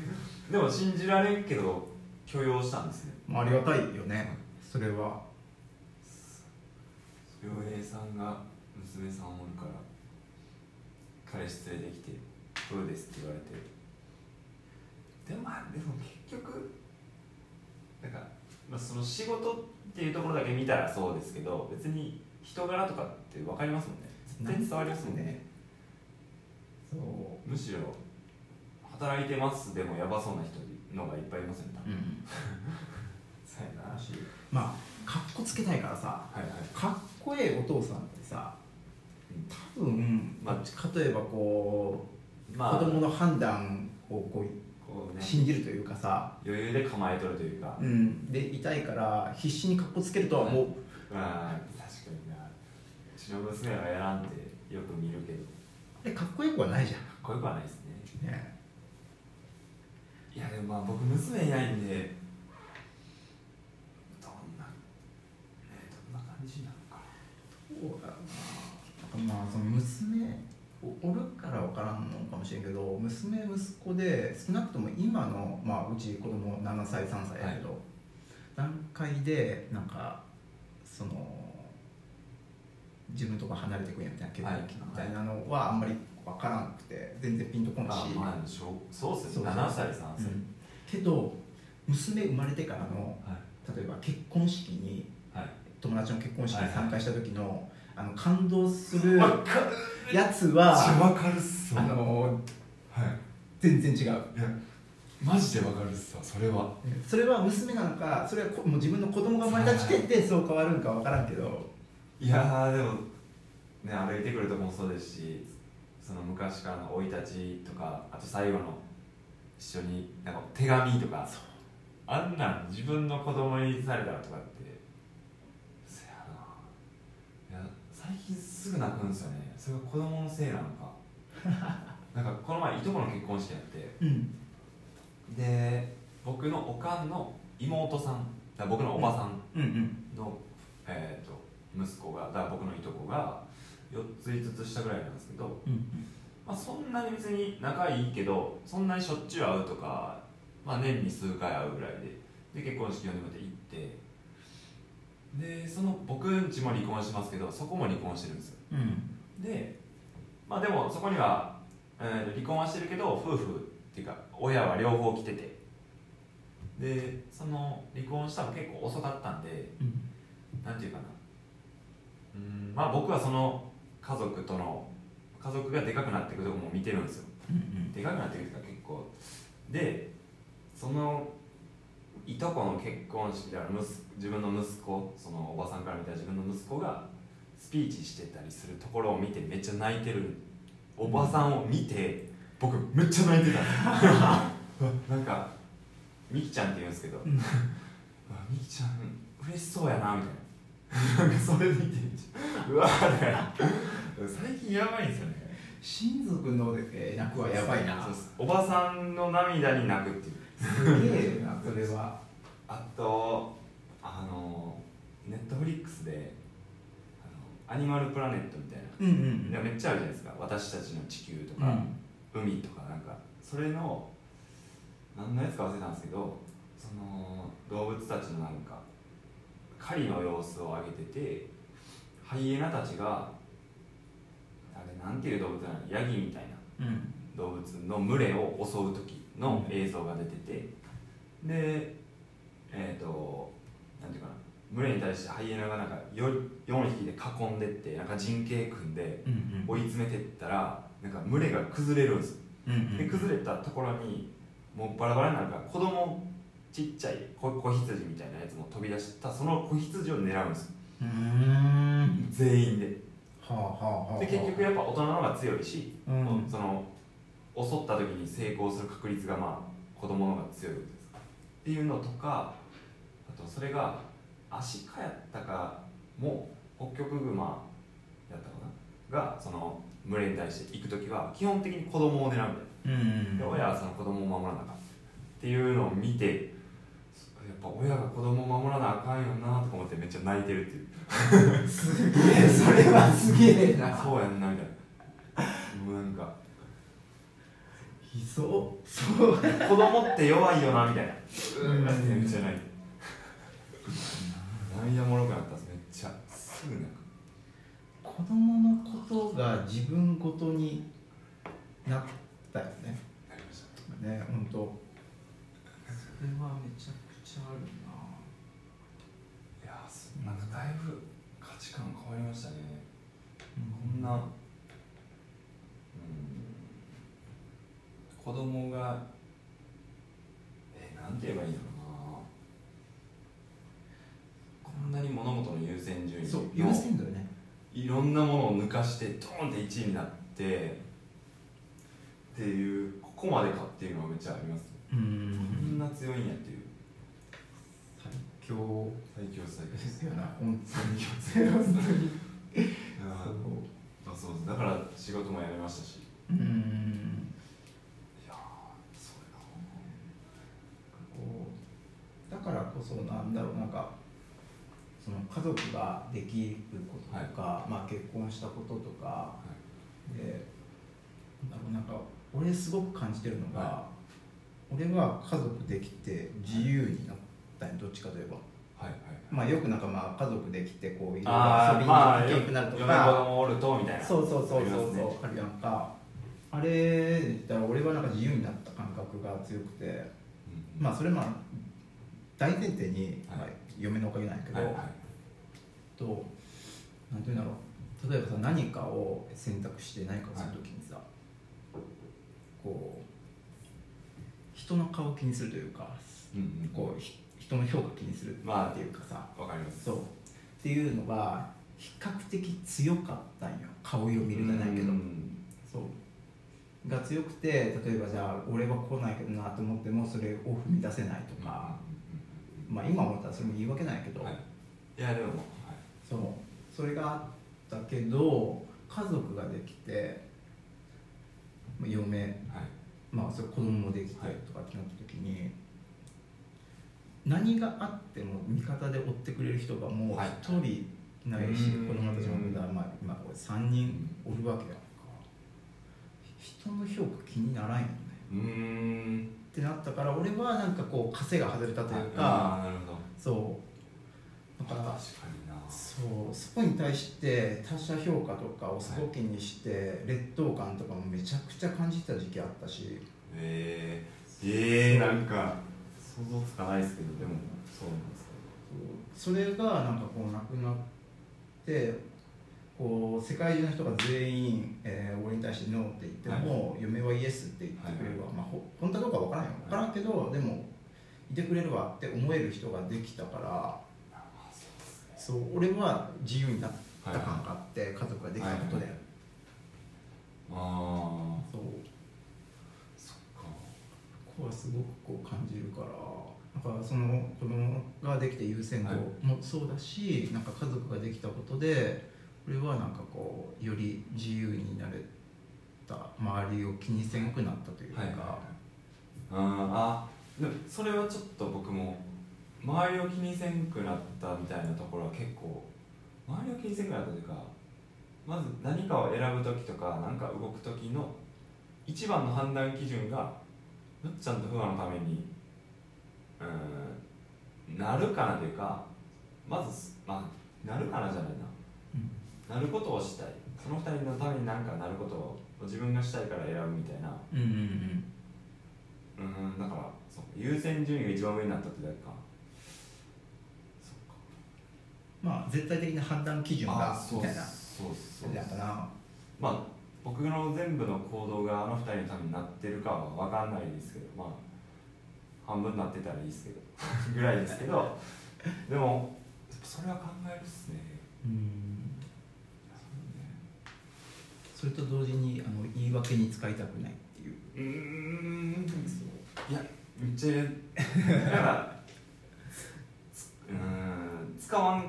[SPEAKER 4] でも信じられんけど許容したんですね
[SPEAKER 3] まあありがたいよねそれは
[SPEAKER 4] 洋平さんが娘さんおるから彼氏連れてきて「プロです」って言われてでもまあでも結局なんか、まあ、その仕事っていうところだけ見たらそうですけど別に人柄とかって分かりますもんね絶対伝わりますもんね
[SPEAKER 3] そう
[SPEAKER 4] むしろ働いてますでもやばそうな人のがいっぱいいますよね多
[SPEAKER 3] う
[SPEAKER 4] 分
[SPEAKER 3] ん
[SPEAKER 4] そうやな
[SPEAKER 3] だしまあかっこつけたいからさ
[SPEAKER 4] はいはい
[SPEAKER 3] かっこええお父さんってさ多分、
[SPEAKER 4] まあ
[SPEAKER 3] まあ、例えばこう、
[SPEAKER 4] まあ
[SPEAKER 3] 子供の判断をこ
[SPEAKER 4] こう
[SPEAKER 3] う
[SPEAKER 4] ね
[SPEAKER 3] 信じるというかさ、
[SPEAKER 4] 余裕で構えとるというか
[SPEAKER 3] うん、で痛いから必死にかっこつけるとは思う、
[SPEAKER 4] まあ確かになうちの娘はやらんってよく見るけど
[SPEAKER 3] でかっこよくはないじ
[SPEAKER 4] かっこよくはないですね
[SPEAKER 3] ゃん、ね、
[SPEAKER 4] いやでもまあ僕娘いないんでどんな、ね、どんな感じなのか
[SPEAKER 3] そうだなまあその娘おおるから分からんのかもしれんけど娘息子で少なくとも今の、まあ、うち子供7歳3歳やけど、段階でなんかその自分とか離れてくんやみたいな
[SPEAKER 4] はい
[SPEAKER 3] 結婚みたいなのはあんまり分からなくて全然ピンとこ
[SPEAKER 4] な
[SPEAKER 3] ないし、
[SPEAKER 4] まあまあしょうそうっす
[SPEAKER 3] そう
[SPEAKER 4] よ
[SPEAKER 3] そう
[SPEAKER 4] 7歳3歳、
[SPEAKER 3] うんけど娘生まれてからの
[SPEAKER 4] は
[SPEAKER 3] 例えば結婚式に
[SPEAKER 4] いはい
[SPEAKER 3] 友達の結婚式に参加した時の、あの感動する
[SPEAKER 4] わかる
[SPEAKER 3] やつは
[SPEAKER 4] わかるっす
[SPEAKER 3] あ
[SPEAKER 4] わ
[SPEAKER 3] の
[SPEAKER 4] はい
[SPEAKER 3] 全然違う
[SPEAKER 4] いやマジでわかるっすわそれは
[SPEAKER 3] それは娘なのかそれはこもう自分の子供が生まれた時点でそう変わるんか分からんけど
[SPEAKER 4] いやーでもね歩いてくるとこもそうですしその昔からの生い立ちとかあと最後の一緒になんか手紙とかあんなん自分の子供にされたらとかってせやないや最近すぐ泣くんですよねそれが子供のせいなのかなんかこの前いとこの結婚式やって
[SPEAKER 3] うん
[SPEAKER 4] で僕のおかんの妹さんだから僕のおばさん
[SPEAKER 3] うんうん
[SPEAKER 4] の、えー、と息子がだから僕のいとこが4つ5つ下ぐらいなんですけど、
[SPEAKER 3] うん
[SPEAKER 4] まあ、そんなに別に仲いいけどそんなにしょっちゅう会うとか、まあ、年に数回会うぐらいでで結婚式呼んでもらって行ってでその僕んちも離婚してますけどそこも離婚してるんですよ
[SPEAKER 3] うん
[SPEAKER 4] でまあでもそこには、えー離婚はしてるけど夫婦っていうか親は両方来ててでその離婚したの結構遅かったんで
[SPEAKER 3] うん
[SPEAKER 4] なんていうかなうーんまあ僕はその家族との家族がでかくなっていくとこも見てるんですよ
[SPEAKER 3] うん
[SPEAKER 4] でかくなっていくというか結構でそのいとこの結婚式である息子自分の息子そのおばさんから見た自分の息子がスピーチしてたりするところを見てめっちゃ泣いてるおばさんを見て僕めっちゃ泣い
[SPEAKER 3] *laughs*
[SPEAKER 4] てたうわなんかみきちゃんって言うんですけど、
[SPEAKER 3] ん
[SPEAKER 4] うわみきちゃん嬉しそうやなみたいななんかそれ見てめっちゃうわみたい
[SPEAKER 3] *laughs*
[SPEAKER 4] な最近やばいんですよね
[SPEAKER 3] 親族の、えー泣くはやばいな
[SPEAKER 4] そうですおばさんの涙に泣くっていう
[SPEAKER 3] すげえなそれは
[SPEAKER 4] あとあのネットフリックスであのアニマルプラネットみたい
[SPEAKER 3] うんうん
[SPEAKER 4] な、めっちゃあるじゃないですか私たちの地球とか、海とかなんかそれの何のやつか忘れたんですけどその動物たちのなんか狩りの様子を上げててハイエナたちがあれなんていう動物なのヤギみたいな
[SPEAKER 3] うん
[SPEAKER 4] 動物の群れを襲う時の映像が出ててでえっ、となんていうかな群れに対してハイエナがなんかよ4匹で囲んでってなんか陣形組んで
[SPEAKER 3] うんうん
[SPEAKER 4] 追い詰めてったらなんか群れが崩れるんですよ
[SPEAKER 3] うんうん
[SPEAKER 4] で崩れたところにもうバラバラになるから子供ちっちゃい子子羊みたいなやつも飛び出したその子羊を狙うんですよ
[SPEAKER 3] うーん
[SPEAKER 4] 全員で
[SPEAKER 3] はあはあはあはあ
[SPEAKER 4] で結局やっぱ大人の方が強いし
[SPEAKER 3] うん
[SPEAKER 4] その襲った時に成功する確率がまあ子供の方が強いことですっていうのとかあとそれがアシカやったかも北極グマやったかながその群れに対して行く時は基本的に子供を狙うんだよ
[SPEAKER 3] うんうん
[SPEAKER 4] で親はその子供を守らなかったっていうのを見てそやっぱ親が子供を守らなあかんよなとか思ってめっちゃ泣いてるっていう
[SPEAKER 3] すげえそれはすげえな
[SPEAKER 4] そうやんなみたいなもうなんか
[SPEAKER 3] いそうそう
[SPEAKER 4] 子供って弱いよなみたいな
[SPEAKER 3] うん
[SPEAKER 4] めっちゃ泣いて涙もろくなったんですめっちゃすぐ泣く
[SPEAKER 3] 子供のことが自分ごとになったよね
[SPEAKER 4] なりました
[SPEAKER 3] ね本当それはめちゃくちゃあるない
[SPEAKER 4] やーすなんかだいぶ価値観変わりましたねこ
[SPEAKER 3] うん
[SPEAKER 4] んな、うん、子供がえーなんて言えばいいのかなこんなに物事の優先順位
[SPEAKER 3] そう優
[SPEAKER 4] の
[SPEAKER 3] 先だよね
[SPEAKER 4] いろんなものを抜かしてドーンって1位になってっていうここまでかっていうのはめっちゃありますこ
[SPEAKER 3] うん
[SPEAKER 4] んな強いんやっていう
[SPEAKER 3] 最強
[SPEAKER 4] 最強最強
[SPEAKER 3] ですよな本
[SPEAKER 4] 最
[SPEAKER 3] 当
[SPEAKER 4] 強
[SPEAKER 3] に
[SPEAKER 4] 最強
[SPEAKER 3] そ
[SPEAKER 4] うんあそうですだから仕事も辞めましたしいう
[SPEAKER 3] うん
[SPEAKER 4] やーそうや
[SPEAKER 3] こうだからこそなんだろうなんかその家族ができることとか、まあ、結婚したこととか、でなんかなんか俺すごく感じてるのが、
[SPEAKER 4] は
[SPEAKER 3] 俺は家族できて自由になったねどっちかといえば、
[SPEAKER 4] なはいはい
[SPEAKER 3] まあ、よくなんかまあ家族できてこういろいろ
[SPEAKER 4] あ
[SPEAKER 3] 遊
[SPEAKER 4] ー
[SPEAKER 3] びに
[SPEAKER 4] まあ
[SPEAKER 3] 行けなくなるとか、
[SPEAKER 4] 嫁子供おるとみたいな
[SPEAKER 3] そうそうそ
[SPEAKER 4] あり
[SPEAKER 3] うそうそう、
[SPEAKER 4] ますね
[SPEAKER 3] あるやんかあれで言ったら俺はなんか自由になった感覚が強くて
[SPEAKER 4] うん
[SPEAKER 3] まあそれまあ大前提に、
[SPEAKER 4] はい
[SPEAKER 3] まあ嫁のおかげなんやけど、
[SPEAKER 4] はいはい
[SPEAKER 3] となんていうんだろう例えばさ何かを選択して何かをするときにさ、こう人の顔を気にするというか
[SPEAKER 4] うんうん
[SPEAKER 3] こうひ人の評価気にする
[SPEAKER 4] まあ
[SPEAKER 3] っていうかさ、
[SPEAKER 4] わかります
[SPEAKER 3] そうっていうのが比較的強かったんよ顔色見るじゃないけど、
[SPEAKER 4] うん
[SPEAKER 3] そうが強くて例えばじゃあ俺は来ないけどなと思ってもそれを踏み出せないとか、まあ今思ったらそれも言い訳ないけど、
[SPEAKER 4] はいいやでもはい
[SPEAKER 3] そうそれがあったけど家族ができてまあ嫁、
[SPEAKER 4] はい
[SPEAKER 3] まあ、それ子供もできて
[SPEAKER 4] はい
[SPEAKER 3] とかってなった時に、何があっても味方で追ってくれる人がもう
[SPEAKER 4] はい
[SPEAKER 3] 一人いないし、
[SPEAKER 4] うん
[SPEAKER 3] 子供たちもまだまあ今これ3人おるわけやんか人の評価気にならんよね
[SPEAKER 4] うーん
[SPEAKER 3] ってなったから俺はなんかこう枷が外れたというか、
[SPEAKER 4] あーなるほど
[SPEAKER 3] そうだか
[SPEAKER 4] 確
[SPEAKER 3] ら
[SPEAKER 4] かにな
[SPEAKER 3] そうそこに対して他者評価とかをすごきにして劣等感とかもめちゃくちゃ感じた時期あったし
[SPEAKER 4] えー、えー、なんか想像つかないですけどでもそうなんですね
[SPEAKER 3] そうそれがなんかこうなくなってこう世界中の人が全員、えー俺に対してノーって言っても、嫁はイエスって言ってくれるわ、まあ、ほ本当かどうかわからんよわからんけどでもいてくれるわって思える人ができたからそう俺は自由になった感があって、家族ができたことで、
[SPEAKER 4] はいああ
[SPEAKER 3] そう
[SPEAKER 4] そっか
[SPEAKER 3] ここはすごくこう感じるからなんかその子供ができて優先度
[SPEAKER 4] はい
[SPEAKER 3] もそうだし、なんか家族ができたことで俺はなんかこうより自由になれた周りを気にせんくなったというか、
[SPEAKER 4] はいはいはいあーあでもそれはちょっと僕も周りを気にせんくなったみたいなところは結構周りを気にせんくなったというかまず何かを選ぶ時とか何か動く時の一番の判断基準がむっちゃんと不安のためにうーんなるかなというかまず、まあ、なるかなじゃないな
[SPEAKER 3] うん
[SPEAKER 4] なることをしたいその二人のために何かなることを自分がしたいから選ぶみたいな
[SPEAKER 3] うんうんうん
[SPEAKER 4] うーんだからそう優先順位が一番上になったってだけかそっか
[SPEAKER 3] まあ絶対的な判断基準が
[SPEAKER 4] そ
[SPEAKER 3] み
[SPEAKER 4] う
[SPEAKER 3] たいな
[SPEAKER 4] そうそう
[SPEAKER 3] だかな
[SPEAKER 4] まあ僕の全部の行動があの二人のためになってるかは分かんないですけどまあ半分なってたらいいですけど *laughs* ぐらいですけどでもそれは考えるっすね
[SPEAKER 3] うん
[SPEAKER 4] そうね
[SPEAKER 3] それと同時にあの言い訳に使いたくないっていう
[SPEAKER 4] うーんいやめっちゃだからつうーん使わんっ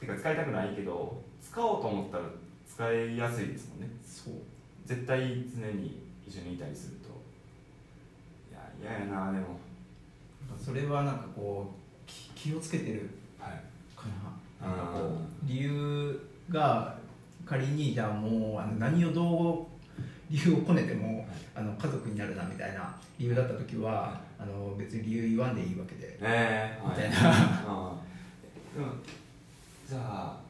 [SPEAKER 4] てか使いたくないけど使おうと思ったら使使いやすいですもんね
[SPEAKER 3] そう
[SPEAKER 4] 絶対常に一緒にいたりするといや嫌やなでも
[SPEAKER 3] なんかそれはなんかこうき気をつけてる
[SPEAKER 4] はい
[SPEAKER 3] かな
[SPEAKER 4] あ
[SPEAKER 3] な
[SPEAKER 4] ー
[SPEAKER 3] んかこう理由が仮にじゃあもうあの何をどう理由をこねても、あの家族になるなみたいな理由だった時は、あの別に理由言わんでいいわけで
[SPEAKER 4] ええ
[SPEAKER 3] みたいな
[SPEAKER 4] はいうんでもじゃあ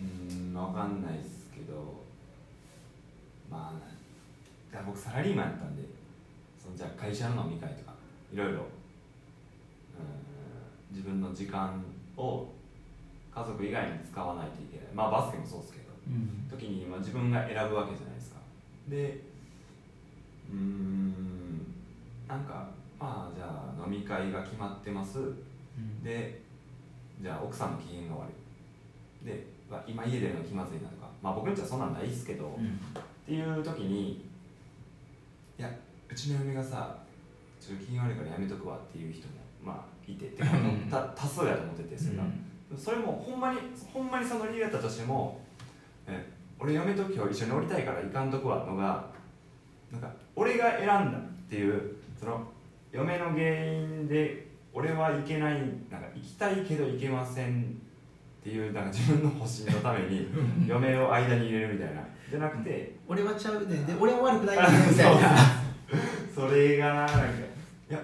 [SPEAKER 4] うーんわかんないですけどまあじゃあ僕サラリーマンやったんでそのじゃあ会社の飲み会とかいろいろうーん自分の時間を家族以外に使わないといけないまあバスケもそうですけど
[SPEAKER 3] うん
[SPEAKER 4] 時にまあ自分が選ぶわけじゃないですかでうーんなんかまあじゃあ飲み会が決まってますでじゃあ奥さんの機嫌が悪いでうわ今家出るの気まずいなとかまあ僕にとってはそんなんないですけど、
[SPEAKER 3] うん
[SPEAKER 4] っていう時にいやうちの嫁がさちょっと機嫌悪いからやめとくわっていう人もまあいてってかもう
[SPEAKER 3] *laughs* うん
[SPEAKER 4] た多数やと思っててそれが、それもほんまにほんまにその理由やったとしても、え俺嫁と今日一緒に降りたいから行かんとくわのがなんか俺が選んだっていうその嫁の原因で俺は行けないなんか行きたいけど行けませんっていうなんか自分の保身のために嫁を間に入れるみたいなじゃなくて
[SPEAKER 3] 俺はちゃうねんで俺は悪くないねんみたいな
[SPEAKER 4] それがななんかいや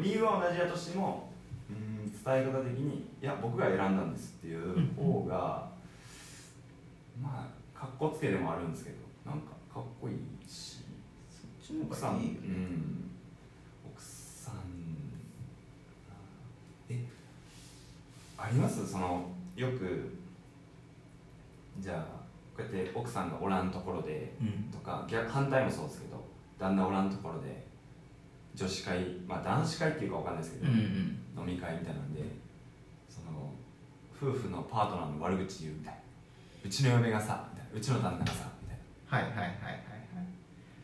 [SPEAKER 4] 理由は同じやとしてもうん伝え方的にいや僕が選んだんですっていう方がまあかっこつけでもあるんですけどなんかかっこいいし
[SPEAKER 3] そっちの
[SPEAKER 4] 奥
[SPEAKER 3] 方
[SPEAKER 4] さ
[SPEAKER 3] が
[SPEAKER 4] ん
[SPEAKER 3] いいよ
[SPEAKER 4] うん奥さんえありますそのよくじゃあこうやって奥さんがおらんところで
[SPEAKER 3] うん
[SPEAKER 4] とか逆反対もそうですけど旦那おらんところで女子会まあ男子会っていうかわかんないですけど、
[SPEAKER 3] うん
[SPEAKER 4] 飲み会みたいなんでその夫婦のパートナーの悪口言うみたいなうちの嫁がさみたいなうちの旦那がさみたい
[SPEAKER 3] はいはいはいはい
[SPEAKER 4] な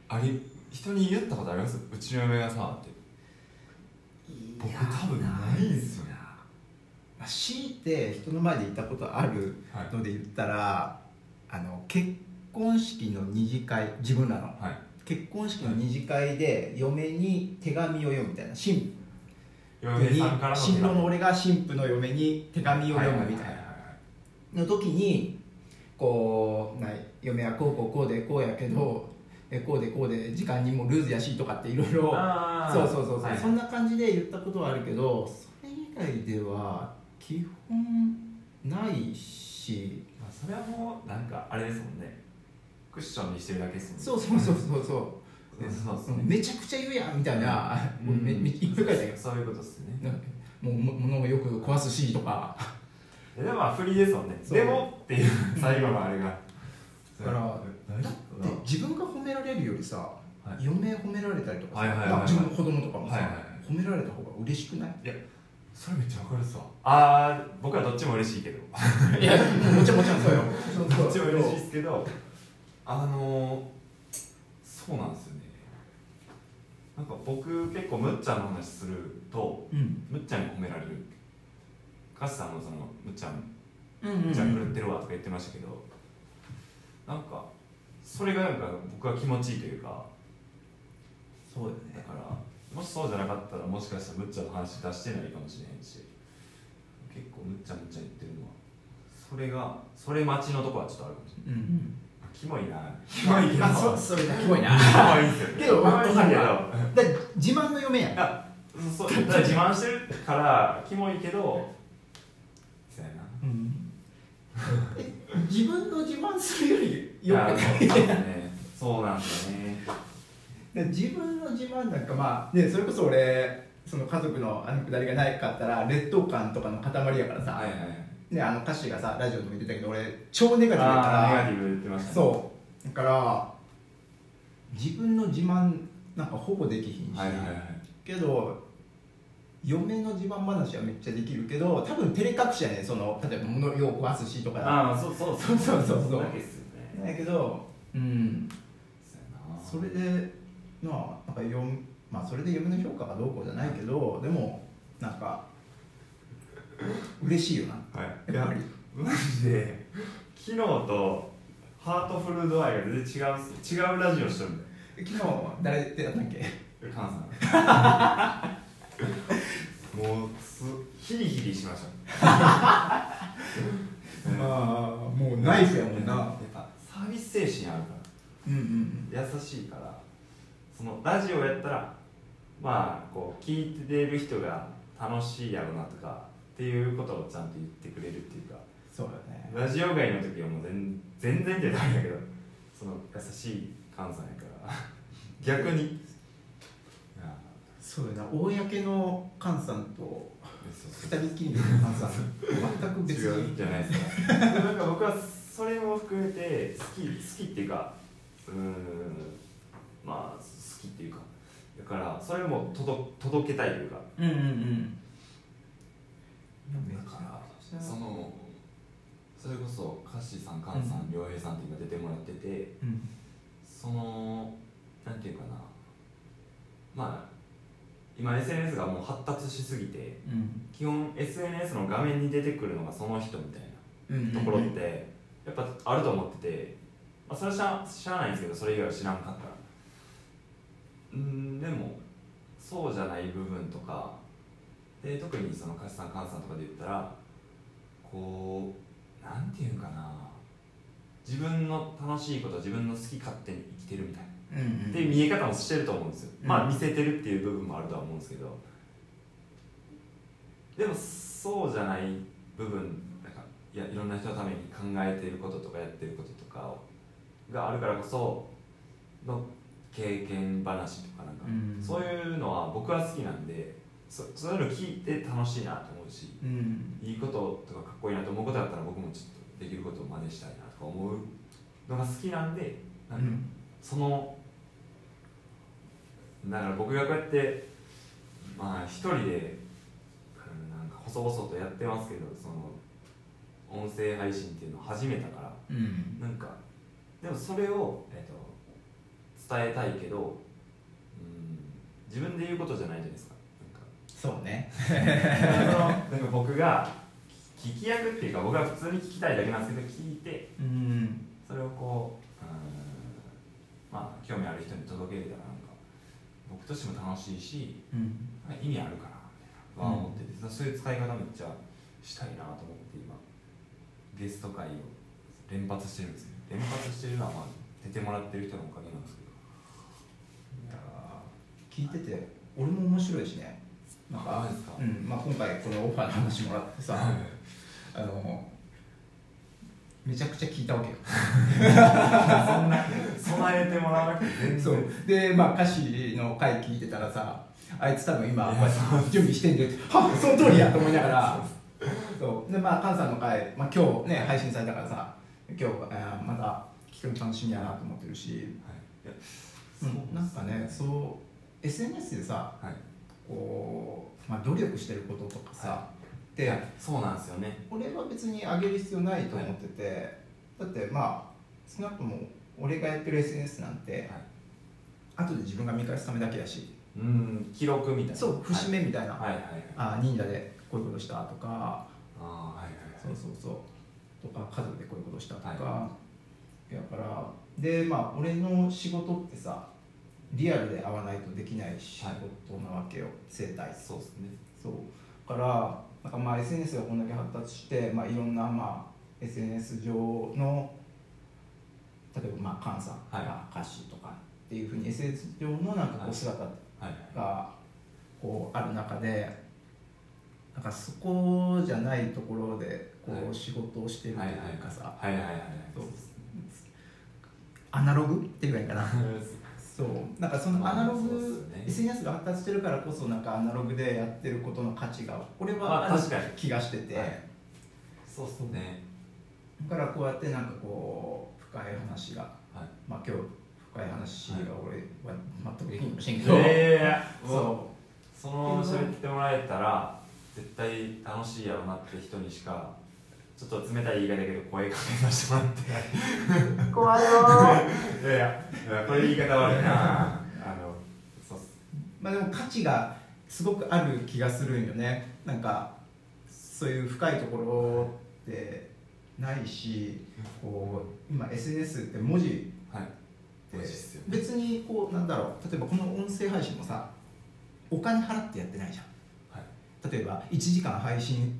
[SPEAKER 4] あれ人に言ったことありますうちの嫁がさって
[SPEAKER 3] はい
[SPEAKER 4] 僕多分ないんで
[SPEAKER 3] ん
[SPEAKER 4] すよ
[SPEAKER 3] まあ強いて人の前で言ったことある
[SPEAKER 4] はい
[SPEAKER 3] ので言ったらあの結婚式の二次会自分らの
[SPEAKER 4] はい
[SPEAKER 3] 結婚式の二次会で嫁に手紙を読むみたいな新婦
[SPEAKER 4] 嫁
[SPEAKER 3] に
[SPEAKER 4] さんからの
[SPEAKER 3] 新郎の俺が新婦の嫁に手紙を読むみたいな
[SPEAKER 4] ははは
[SPEAKER 3] の時にこうな嫁はこうこうこうでこうやけどえこうでこうで時間にもルーズやしとかっていろいろ
[SPEAKER 4] あー
[SPEAKER 3] そうそうそうそう、
[SPEAKER 4] はい
[SPEAKER 3] そんな感じで言ったことはあるけどそれ以外では基本ないし
[SPEAKER 4] まあ、それはもうなんかあれですもんねクッションにしてるだけですもんね
[SPEAKER 3] そうそうそうそうそ
[SPEAKER 4] ねそうです
[SPEAKER 3] う、
[SPEAKER 4] ね
[SPEAKER 3] めちゃくちゃ言うやんみたいな、もうめめいっぱい書いてあるよ
[SPEAKER 4] そういうことですね
[SPEAKER 3] なんかもうも物をよく壊すしとか
[SPEAKER 4] でもまあ振りですもんね
[SPEAKER 3] そう
[SPEAKER 4] でもっていう最後のあれが
[SPEAKER 3] だから
[SPEAKER 2] 大丈
[SPEAKER 3] だっ
[SPEAKER 2] 夫か
[SPEAKER 3] て自分が褒められるよりさ、
[SPEAKER 4] い
[SPEAKER 3] 嫁褒められたりとかさ、
[SPEAKER 4] はいはいはいはい
[SPEAKER 3] まあ自分の子供とかもさ、
[SPEAKER 4] はいはいはい
[SPEAKER 3] 褒められた方が嬉しくない
[SPEAKER 4] それめっちゃわかるさあー僕はどっちも *laughs* 嬉しいけどど
[SPEAKER 3] いやもちろんもちろ
[SPEAKER 4] *laughs*
[SPEAKER 3] んそうよ
[SPEAKER 4] っちも嬉しいですけどあのー、そうなんですよねなんか僕結構むっちゃんの話すると
[SPEAKER 3] うん
[SPEAKER 4] むっちゃんに褒められるカスさんもそのむっちゃん
[SPEAKER 3] うんうんうん
[SPEAKER 4] じゃあ狂ってるわとか言ってましたけどなんかそれがなんか僕は気持ちいいというか
[SPEAKER 3] そうよ
[SPEAKER 4] だからもしそうじゃなかったらもしかしたらむっちゃんの話出してないかもしれへんし結構むっちゃむっちゃ言ってるのはそれがそれ待ちのとこはちょっとあるかもしれない
[SPEAKER 3] うん
[SPEAKER 4] あキモいなキモいけど *laughs*
[SPEAKER 3] あそうそれだキモいな
[SPEAKER 4] キモいっすよね
[SPEAKER 3] けど
[SPEAKER 4] キモいっす
[SPEAKER 3] わか
[SPEAKER 4] け
[SPEAKER 3] る
[SPEAKER 4] ど
[SPEAKER 3] わだって自慢の嫁やん
[SPEAKER 4] あそうそうだから自慢してるからキモいけどそうやな
[SPEAKER 3] うんえ自分の自慢するより
[SPEAKER 4] い
[SPEAKER 3] よく
[SPEAKER 4] や
[SPEAKER 3] ない
[SPEAKER 4] そうなんですねそうなんですよね
[SPEAKER 3] で自分の自慢なんかまあねそれこそ俺その家族のあのくだりがなかったら劣等感とかの塊やからさ、
[SPEAKER 4] はいはい
[SPEAKER 3] ね、あの歌詞がさラジオでも言ってたけど俺超ネガティブや
[SPEAKER 4] あーネガ
[SPEAKER 3] か
[SPEAKER 4] ティブ言ってま
[SPEAKER 3] ら
[SPEAKER 4] したね
[SPEAKER 3] そうだから自分の自慢なんかほぼできひんし、
[SPEAKER 4] はいはいはい
[SPEAKER 3] けど嫁の自慢話はめっちゃできるけど多分照れ隠しやねその例えば物を壊すしとかだ
[SPEAKER 4] ああそうそう
[SPEAKER 3] そうそうそうそう
[SPEAKER 4] だけっすよね
[SPEAKER 3] だけどうん
[SPEAKER 4] そうやな
[SPEAKER 3] それでまあなんかよんまあそれで嫁の評価がどうこうじゃないけどでもなんか嬉しいよな
[SPEAKER 4] はい、
[SPEAKER 3] やっぱり
[SPEAKER 4] マジで昨日とハートフル度合いが全然違うっす違うラジオしてるんだよ
[SPEAKER 3] 昨日誰出たんだっけ
[SPEAKER 4] カンさんもうすヒリヒリしました
[SPEAKER 3] まあもうナイフやもん
[SPEAKER 4] や
[SPEAKER 3] な
[SPEAKER 4] っぱサービス精神あるから
[SPEAKER 3] うんうん
[SPEAKER 4] 優しいからそのラジオやったらまあこう聞いてる人が楽しいやろなとかっていうことをちゃんと言ってくれるっていうか
[SPEAKER 3] そうだね
[SPEAKER 4] ラジオ外の時はもう全全然ってないんだけどその優しい関西やから逆にいや
[SPEAKER 3] そうだな公の菅さんと
[SPEAKER 4] そうそう
[SPEAKER 3] 二人きりの菅さん全く別
[SPEAKER 4] 違う
[SPEAKER 3] に
[SPEAKER 4] じゃないですかでもなんか僕はそれも含めて好き好きっていうかうーんまあ好きっていうかだからそれも届届けたいというか
[SPEAKER 3] うんうんうん
[SPEAKER 4] だからそのそれこそカッシーさんカンさん亮平さんって今出てもらってて
[SPEAKER 3] うん
[SPEAKER 4] そのなんていうかなまあ今 SNS がもう発達しすぎて
[SPEAKER 3] うん
[SPEAKER 4] 基本 SNS の画面に出てくるのがその人みたいな
[SPEAKER 3] うん
[SPEAKER 4] ところってやっぱあると思ってて、まあ、それはしゃ知らないんですけどそれ以外は知らんかったらうんでもそうじゃない部分とかで特にそのカシさんカンさんとかで言ったらこうなんていうんかな自分の楽しいこと自分の好き勝手に生きてるみたいな
[SPEAKER 3] うんうん
[SPEAKER 4] っていう見え方もしてると思うんですよ、
[SPEAKER 3] うん
[SPEAKER 4] まあ見せてるっていう部分もあるとは思うんですけどでもそうじゃない部分なんかいやいろんな人のために考えていることとかやってることとかがあるからこその経験話とかなんか、
[SPEAKER 3] うん
[SPEAKER 4] そういうのは僕は好きなんでそそういうの聞いて楽しいなと思うし
[SPEAKER 3] うん
[SPEAKER 4] いいこととかかっこいいなと思うことだったら僕もちょっとできることを真似したいなとか思うのが好きなんでなんか、そのだから僕がこうやってまあ一人でうんなんか細々とやってますけどその音声配信っていうのを始めたから
[SPEAKER 3] うん
[SPEAKER 4] なんかでもそれを、えっと伝えたいけど、うん、自分で言うことじゃないじゃないですかなんか
[SPEAKER 3] そうね
[SPEAKER 4] なんか僕が聞き役っていうか僕は普通に聞きたいだけなんですけど聞いて
[SPEAKER 3] うん
[SPEAKER 4] それをこううーんまあ興味ある人に届けれたらなんか僕としても楽しいし
[SPEAKER 3] うん
[SPEAKER 4] なんか意味あるかなみたいなは思ってて、そういう使い方めっちゃしたいなと思って今ゲスト会を連発してるんですね連発してるのはまあ出てもらってる人のおかげなん
[SPEAKER 3] *laughs*
[SPEAKER 4] ですけど
[SPEAKER 3] いやー聞いてて俺も面白いしねなん
[SPEAKER 4] あ
[SPEAKER 3] か
[SPEAKER 4] マジですか
[SPEAKER 3] うんまあ、今回このオファーの話もらってさあのめちゃくちゃ聞いたわけよ
[SPEAKER 4] 備えてもらわなくて全然
[SPEAKER 3] そうでまあ歌詞の回聞いてたらさあいつ多分今こうやって準備してんでってはっその通りやと思いながらそうでまあ菅さんの回、まあ、今日ね配信されたからさ今日、えーまた聞くの楽しみやなと思ってるし、
[SPEAKER 4] はいいや
[SPEAKER 3] う、
[SPEAKER 4] そうん
[SPEAKER 3] なんかねそう SNS でさ
[SPEAKER 4] はい
[SPEAKER 3] こう、まあ、努力してることとかさ、
[SPEAKER 4] は
[SPEAKER 3] で
[SPEAKER 4] そうなんですよね
[SPEAKER 3] 俺は別に上げる必要ないと思ってて、だってまあ少なくとも俺がやってる SNS なんて、後で自分が見返すためだけだし
[SPEAKER 4] うん記録みたいな
[SPEAKER 3] そう節目みたいな、
[SPEAKER 4] はいはいはい
[SPEAKER 3] あ忍者でこういうことしたとか
[SPEAKER 4] ああはいはい
[SPEAKER 3] そうそうそうとか家族でこういうことしたとか、
[SPEAKER 4] は
[SPEAKER 3] だからでまあ俺の仕事ってさリアルで会わないとできない仕事なわけよ、生態
[SPEAKER 4] そうですね
[SPEAKER 3] そうだからなんかまあ SNS がこんだけ発達して、まあ、いろんなまあ SNS 上の例えばまあ菅さんとか
[SPEAKER 4] は
[SPEAKER 3] 歌手とかっていうふうに SNS 上のなんかこ
[SPEAKER 4] は
[SPEAKER 3] う
[SPEAKER 4] い
[SPEAKER 3] 姿
[SPEAKER 4] はい
[SPEAKER 3] がこうある中でなんかそこじゃないところでこ
[SPEAKER 4] は
[SPEAKER 3] う
[SPEAKER 4] い
[SPEAKER 3] 仕事をしてると
[SPEAKER 4] はいはい
[SPEAKER 3] いうかさ
[SPEAKER 4] はいはいはいはい
[SPEAKER 3] そうアナログって言えばいいかな
[SPEAKER 4] *laughs*
[SPEAKER 3] そうなんかそのアナロ
[SPEAKER 4] まあそうっ
[SPEAKER 3] グ
[SPEAKER 4] すね
[SPEAKER 3] SNS が発達してるからこそなんかアナログでやってることの価値が俺は
[SPEAKER 4] ま
[SPEAKER 3] あ
[SPEAKER 4] あ
[SPEAKER 3] る
[SPEAKER 4] 確かに
[SPEAKER 3] 気がしてて
[SPEAKER 4] は
[SPEAKER 3] だ
[SPEAKER 4] いそうっすね
[SPEAKER 3] からこうやってなんかこう深い話が
[SPEAKER 4] はい
[SPEAKER 3] まあ今日深い話が俺は全くできんかもしれんけど
[SPEAKER 4] ええそう
[SPEAKER 3] そ
[SPEAKER 4] そのまま喋ってもらえたら絶対楽しいやろなって人にしかちょっと冷たい言い方だけど声かけさせてもらって
[SPEAKER 3] う怖いよ
[SPEAKER 4] *laughs* いやいやいやこれ言い方悪い *laughs* なあのそうっす
[SPEAKER 3] まあ、でも価値がすごくある気がするんよねなんかそういう深いところってないしこう今 SNS って文字って
[SPEAKER 4] はい文字っすよね
[SPEAKER 3] 別にこうなんだろう例えばこの音声配信もさお金払ってやってないじゃ
[SPEAKER 4] はい
[SPEAKER 3] ん例えば1時間配信、
[SPEAKER 4] はい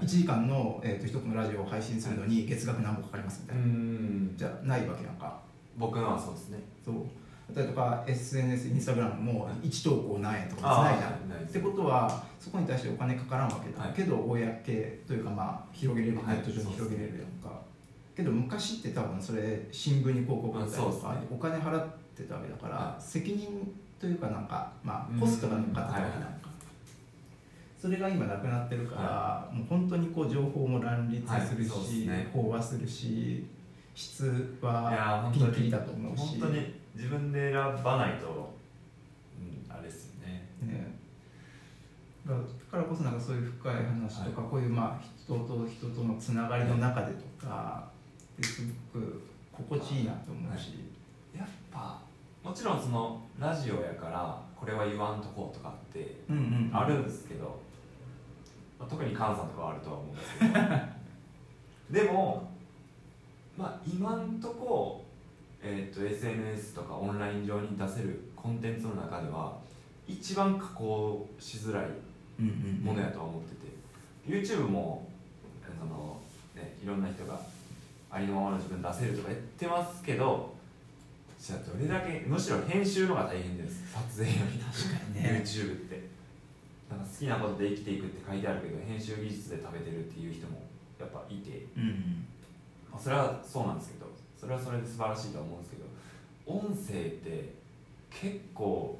[SPEAKER 3] 1時間の、えー、と一つのラジオを配信するのに月額何本かかりますみた
[SPEAKER 4] う
[SPEAKER 3] いな、
[SPEAKER 4] ん
[SPEAKER 3] じゃないわけやんか
[SPEAKER 4] 僕のはそうですね
[SPEAKER 3] そうだったりとか SNS インスタグラムも1投稿何円とか
[SPEAKER 4] あー
[SPEAKER 3] ないじゃん
[SPEAKER 4] ない
[SPEAKER 3] ってことはそこに対してお金かからんわけだ、
[SPEAKER 4] はい
[SPEAKER 3] けど公というかまあ広げれる
[SPEAKER 4] は
[SPEAKER 3] ネ
[SPEAKER 4] い
[SPEAKER 3] ット上に広げれるやんか、けど昔って多分それ新聞に広告だったり
[SPEAKER 4] あそ
[SPEAKER 3] と
[SPEAKER 4] うっす
[SPEAKER 3] か、
[SPEAKER 4] ね
[SPEAKER 3] お金払ってたわけだから、
[SPEAKER 4] は
[SPEAKER 3] 責任というかなんかま
[SPEAKER 4] うん
[SPEAKER 3] あコストが乗っかってたわけ
[SPEAKER 4] は
[SPEAKER 3] だんか、
[SPEAKER 4] いはい
[SPEAKER 3] それが今なくなってるから、
[SPEAKER 4] は
[SPEAKER 3] もう本当にこう情報も乱立するし、
[SPEAKER 4] はいそうっすね
[SPEAKER 3] 飽和するし質
[SPEAKER 4] いやー
[SPEAKER 3] は
[SPEAKER 4] 本
[SPEAKER 3] ピ
[SPEAKER 4] 当
[SPEAKER 3] ン
[SPEAKER 4] に
[SPEAKER 3] キリだと思う
[SPEAKER 4] 本
[SPEAKER 3] し
[SPEAKER 4] 当に自分で選ばないと、うん、あれですよね
[SPEAKER 3] ね、だからだからこそなんかそういう深い話とか、こういうまあ人と人とのつながりの中でとかですごく心地いいなと思うし、
[SPEAKER 4] やっぱもちろんそのラジオやからこれは言わんとこうとかって
[SPEAKER 3] うんうん
[SPEAKER 4] あるんですけど、まあ、特に菅さんとかはあるとは思うんですけどでもまあ今んとこ、えー、と SNS とかオンライン上に出せるコンテンツの中では一番加工しづらい
[SPEAKER 3] うんうん
[SPEAKER 4] ものやとは思ってて YouTube もその、ね、いろんな人がありのままの自分出せるとか言ってますけどじゃあどれだけむしろ編集の方が大変です撮影より
[SPEAKER 3] 確かに
[SPEAKER 4] YouTube ってなんか好きなことで生きていくって書いてあるけど編集技術で食べてるっていう人もやっぱいて、
[SPEAKER 3] うん
[SPEAKER 4] まあ、それはそうなんですけどそれはそれで素晴らしいとは思うんですけど音声って結構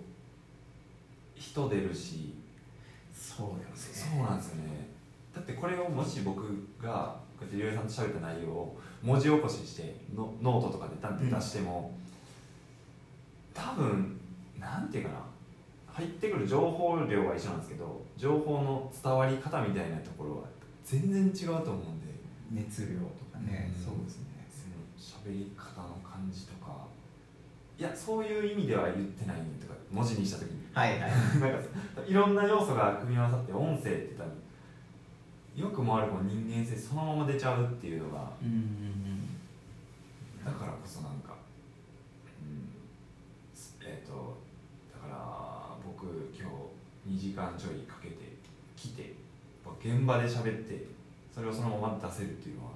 [SPEAKER 4] 人出るし
[SPEAKER 3] そうだよね
[SPEAKER 4] そうなんですよねだってこれをもし僕がこうやってりょうやさんと喋った内容を文字起こししてのノートとかでダンって出しても、多分なんていうかな入ってくる情報量は一緒なんですけど情報の伝わり方みたいなところは全然違うと思うんで
[SPEAKER 3] 熱量とかね、
[SPEAKER 4] うん
[SPEAKER 3] そうですね
[SPEAKER 4] その喋り方の感じとかいやそういう意味では言ってないとか文字にした時に
[SPEAKER 3] はいはい
[SPEAKER 4] なんかいろんな要素が組み合わさって音声って多分よくもあるこの人間性そのまま出ちゃうっていうのが
[SPEAKER 3] うんうん
[SPEAKER 4] だからこそなんか、うん、えっ、とだから僕今日2時間ちょいかけて来て現場で喋ってそれをそのまま出せるっていうのは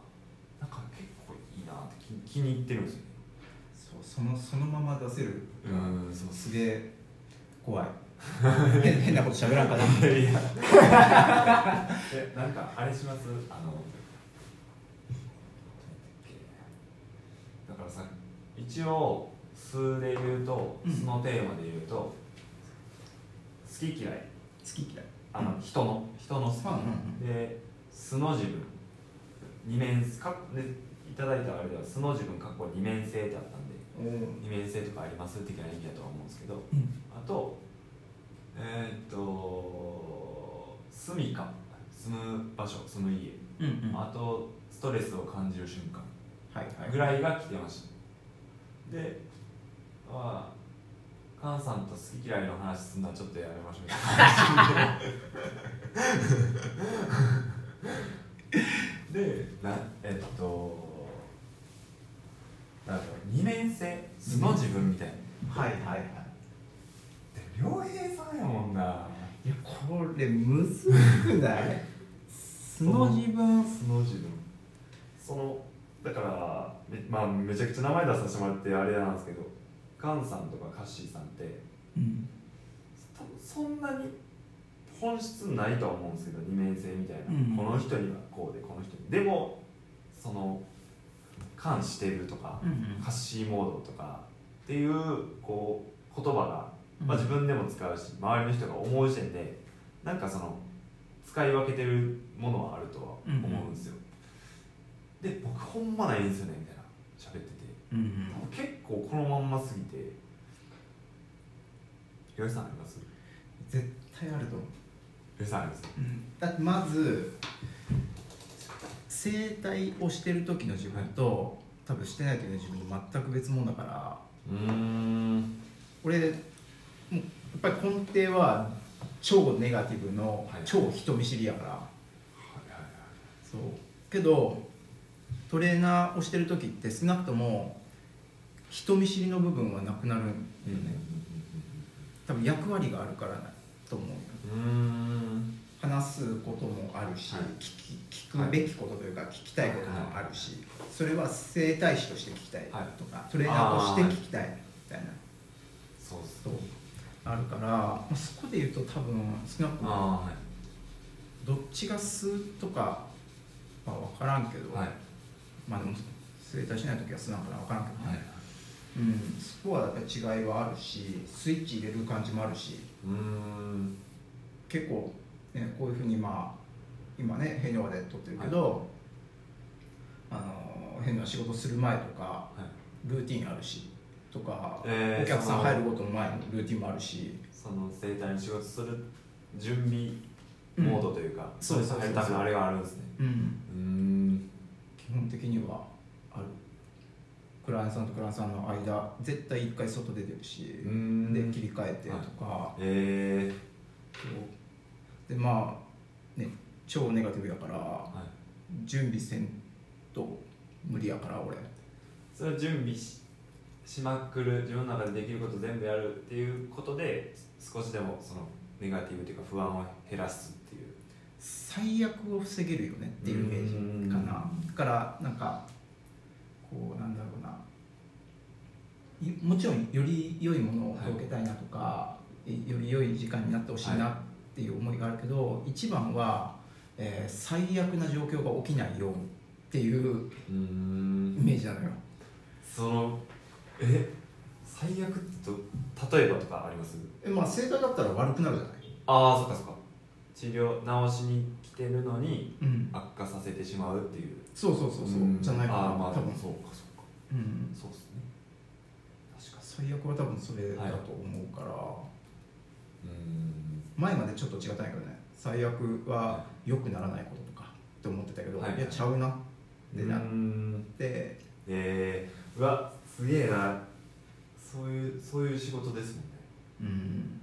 [SPEAKER 4] なんか結構いいなって気気に入ってるんですよね
[SPEAKER 3] そうそのそのまま出せる
[SPEAKER 4] うんそう
[SPEAKER 3] すげえ
[SPEAKER 4] *laughs*
[SPEAKER 3] 怖い変変なこと喋らんかな
[SPEAKER 4] いやえなんかあれしますあのだからさ一応数で言うと
[SPEAKER 3] うん
[SPEAKER 4] そのテーマで言うと、好き嫌い
[SPEAKER 3] き嫌い
[SPEAKER 4] あの、人の人の好き
[SPEAKER 3] うんうんうん
[SPEAKER 4] で素の自分二面かでいただいたあれでは素の自分かっこ二面性ってあったんで
[SPEAKER 3] おー
[SPEAKER 4] 二面性とかあります的な意味だとは思うんですけど
[SPEAKER 3] うん
[SPEAKER 4] あと、えーっと、住みか、住む場所、住む家、
[SPEAKER 3] うんうんは
[SPEAKER 4] あと、ストレスを感じる瞬間
[SPEAKER 3] いはい
[SPEAKER 4] ぐらいが来てました。で、まあ、カンさんと好き嫌いの話すんのはちょっとやめましょうか。 *laughs* で、なえっと、なんだろう二面性、素の自分みたいな。
[SPEAKER 3] はいはいはい
[SPEAKER 4] で良平さんやもんない
[SPEAKER 3] やこれむずくない *laughs* 素の自分
[SPEAKER 4] 素の自分そのだからめ,、まあ、めちゃくちゃ名前出させてもらってあれなんですけどガンさんとかカッシーさんって
[SPEAKER 3] うん
[SPEAKER 4] 多分そんなに本質ないとは思うんですけど二面性みたいな、
[SPEAKER 3] うん
[SPEAKER 4] この人にはこうでこの人にでもその感してるとか、
[SPEAKER 3] うん
[SPEAKER 4] カッシーモードとかっていうこう言葉がまあ、自分でも使うし周りの人が思う時点でなんかその使い分けてるものはあるとは思うんですよ、で僕ほんまないんですよねみたいな喋ってて
[SPEAKER 3] うん
[SPEAKER 4] 多分結構このまんますぎてよいさんありますよ
[SPEAKER 3] 絶対あると思う、
[SPEAKER 4] いさんあります
[SPEAKER 3] だってまず整体をしてる時の自分と、多分してない時の自分と全く別物だから
[SPEAKER 4] うーん
[SPEAKER 3] 俺もうやっぱり根底は超ネガティブの
[SPEAKER 4] はい
[SPEAKER 3] 超人見知りやから、
[SPEAKER 4] はいはい
[SPEAKER 3] そうけどトレーナーをしてる時って少なくとも人見知りの部分はなくなるんだよね、多分役割があるからだと思うよ
[SPEAKER 4] うん
[SPEAKER 3] 話すこともあるし、
[SPEAKER 4] はい
[SPEAKER 3] 聞き聞くべきことというか聞きたいこともあるし、それは整体師として聞きたいとか、トレーナーとして聞きたいみたいな
[SPEAKER 4] そうっす
[SPEAKER 3] そうあるから、まあ、そこで言うと多分少なくとも
[SPEAKER 4] あ
[SPEAKER 3] どっちが素とかは分からんけど、
[SPEAKER 4] あはいはい
[SPEAKER 3] まあでも整体しない時は素なんかな分からんけどね、
[SPEAKER 4] はい
[SPEAKER 3] うん、そこはやっぱり違いはあるしスイッチ入れる感じもあるし
[SPEAKER 4] うん
[SPEAKER 3] 結構、ね、こういうふうにまあ今ねヘニョで撮ってるけど、あの変な仕事する前とか
[SPEAKER 4] はい
[SPEAKER 3] ルーティンあるしとか、
[SPEAKER 4] えー
[SPEAKER 3] お客さん
[SPEAKER 4] その
[SPEAKER 3] 入ることの前のルーティンもあるし
[SPEAKER 4] その生態の仕事する準備モードというか、
[SPEAKER 3] そうそうそう
[SPEAKER 4] 入るためのあれがあるんですね
[SPEAKER 3] うん
[SPEAKER 4] うん
[SPEAKER 3] 基本的にはあるクライアントさんとクライアントさんの間絶対一回外出てるし
[SPEAKER 4] ん
[SPEAKER 3] で切り替えてとか、
[SPEAKER 4] え
[SPEAKER 3] そうでまあね超ネガティブやから、
[SPEAKER 4] ー、はい
[SPEAKER 3] 準備せんと無理やから俺
[SPEAKER 4] それは準備ししまくる自分の中でできること全部やるっていうことで少しでもそのネガティブというか不安を減らすっていう
[SPEAKER 3] 最悪を防げるよねっていうイメージかなだからなんかこうなんだろうないもちろんより良いものを届けたいなとか、いより良い時間になってほしいなっていう思いがあるけど、一番は、えー最悪な状況が起きないようにっていうイメージなのよ
[SPEAKER 4] そのえ最悪ってと例えばとかあります
[SPEAKER 3] えまあ正解だったら悪くなるじゃない
[SPEAKER 4] ああそっかそっか治療治しに来てるのに
[SPEAKER 3] うん
[SPEAKER 4] 悪化させてしまうっていう
[SPEAKER 3] そうそうそうそう、じゃないかな、
[SPEAKER 4] あーまあ
[SPEAKER 3] 多分
[SPEAKER 4] そうかそうか
[SPEAKER 3] うん
[SPEAKER 4] そうですね確か
[SPEAKER 3] 最悪は多分それだと思うから、
[SPEAKER 4] にうん
[SPEAKER 3] 前までちょっと違ったんやけどね最悪は良くならないこととかって思ってたけど、
[SPEAKER 4] はい
[SPEAKER 3] い、やちゃうなってなって、
[SPEAKER 4] えー、うわすげえなそういうそういう仕事ですもんね
[SPEAKER 3] うん、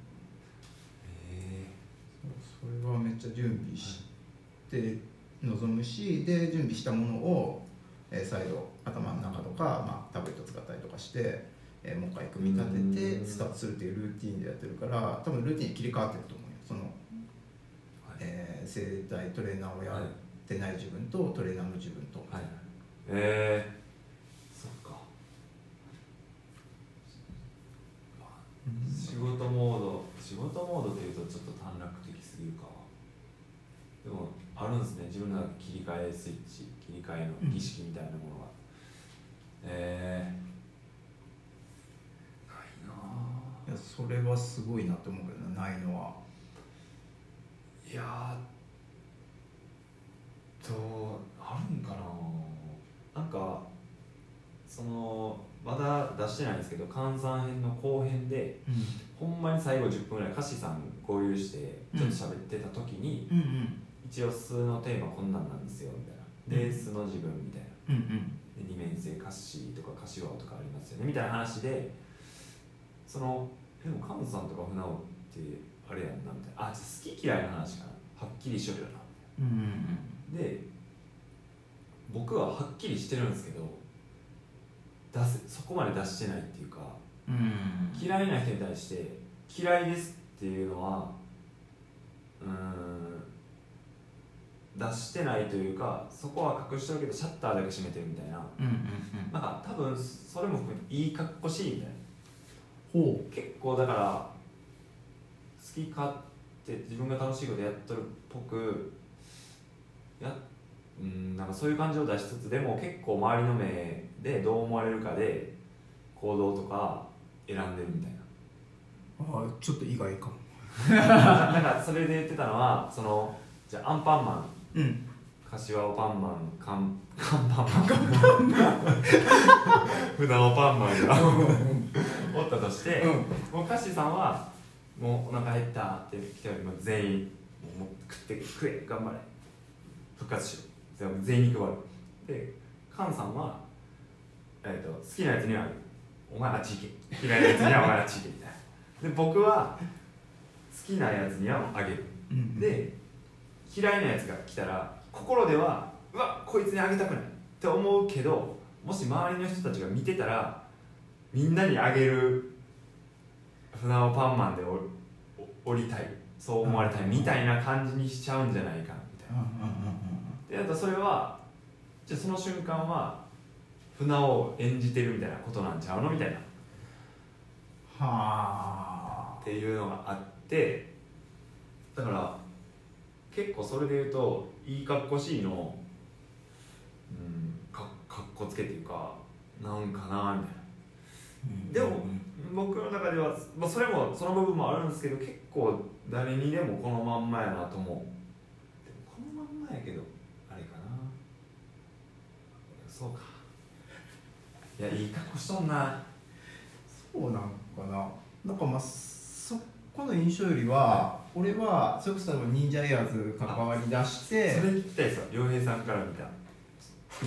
[SPEAKER 4] え
[SPEAKER 3] それはめっちゃ準備して臨むしで準備したものを、えー再度頭の中とか、まあ、タブレット使ったりとかして、えーもう一回組み立て
[SPEAKER 4] うん
[SPEAKER 3] てスタートするっていうルーティンでやってるから多分ルーティンに切り替わってると思うよその、
[SPEAKER 4] はい
[SPEAKER 3] えー整体トレーナーを
[SPEAKER 4] ー、
[SPEAKER 3] や
[SPEAKER 4] はい
[SPEAKER 3] ってない自分とトレーナーの自分と、
[SPEAKER 4] はいえー、そっか
[SPEAKER 3] うん
[SPEAKER 4] 仕事モード仕事モードっていうとちょっと短絡的すぎるかでもあるんですね自分の中で切り替えスイッチ切り替えの儀式みたいなものが、えー、ないなあ
[SPEAKER 3] いやそれはすごいなと思うけどなないのは、
[SPEAKER 4] いやーどうあるんかななんかそのまだ出してないんですけど換算編の後編でほんまに最後10分ぐらい歌詞さん合流してちょっと喋ってた時に、
[SPEAKER 3] うんうん
[SPEAKER 4] 一応数のテーマこんなんなんですよみたいなで素の自分みたいな
[SPEAKER 3] うんうん
[SPEAKER 4] で二面性歌詞とか歌詞ワとかありますよねみたいな話でそのえでも菅野さんとか船尾ってあれやんなみたいなあじゃあ好き嫌いの話かなはっきりしとるよな
[SPEAKER 3] うん
[SPEAKER 4] で僕ははっきりしてるんですけど出せそこまで出してないっていうか
[SPEAKER 3] うんうん
[SPEAKER 4] 嫌いな人に対して嫌いですっていうのはうーん出してないというかそこは隠してるけどシャッターだけ閉めてるみたいな
[SPEAKER 3] うんうん
[SPEAKER 4] なんか多分それも含めていいかっこしいみたいな
[SPEAKER 3] ほ
[SPEAKER 4] 結構だから好き勝手自分が楽しいことやっとるっぽくやうんなんかそういう感情を出しつつでも結構周りの目でどう思われるかで行動とか選んでるみたいな
[SPEAKER 3] うあちょっと意外かも
[SPEAKER 4] だからそれで言ってたのはそのじゃあアンパンマン
[SPEAKER 3] うん
[SPEAKER 4] 柏をパンマンカンカンパンマン *laughs* 船尾パンマンが *laughs* おったとして、もうカッシーさんはもうお腹減ったって人よりも全員もう食って食え頑張れ復活しよう全部全員に配るでカンさんは、えー、と好きなやつにはお前ら地域嫌いなやつにはお前ら地域みたいなで僕は好きなやつにはあげる
[SPEAKER 3] うん
[SPEAKER 4] で嫌いなやつが来たら心ではうわこいつにあげたくないってって思うけどもし周りの人たちが見てたらみんなにあげる船尾パンマンでおお降りたいそう思われたいみたいな感じにしちゃうんじゃないかなみたいな。
[SPEAKER 3] うんうん
[SPEAKER 4] であとそれはじゃあその瞬間は船を演じてるみたいなことなんちゃうのみたいなっ
[SPEAKER 3] はあ
[SPEAKER 4] ていうのがあってだから結構それで言うといいかっこしいの、うん、かかっこつけっていうかなんかなみたいなでも僕の中では、まあ、それもその部分もあるんですけど結構誰にでもこのまんまやなと思うでもこのまんまやけどあれかなそうかいやいい格好しとんな
[SPEAKER 3] そうなのかななんかまあそこの印象よりは俺はそれこそ多分忍者エアーズ関わり出し
[SPEAKER 4] それ
[SPEAKER 3] て
[SPEAKER 4] 聞きたいさ良平さんから見た *laughs* そ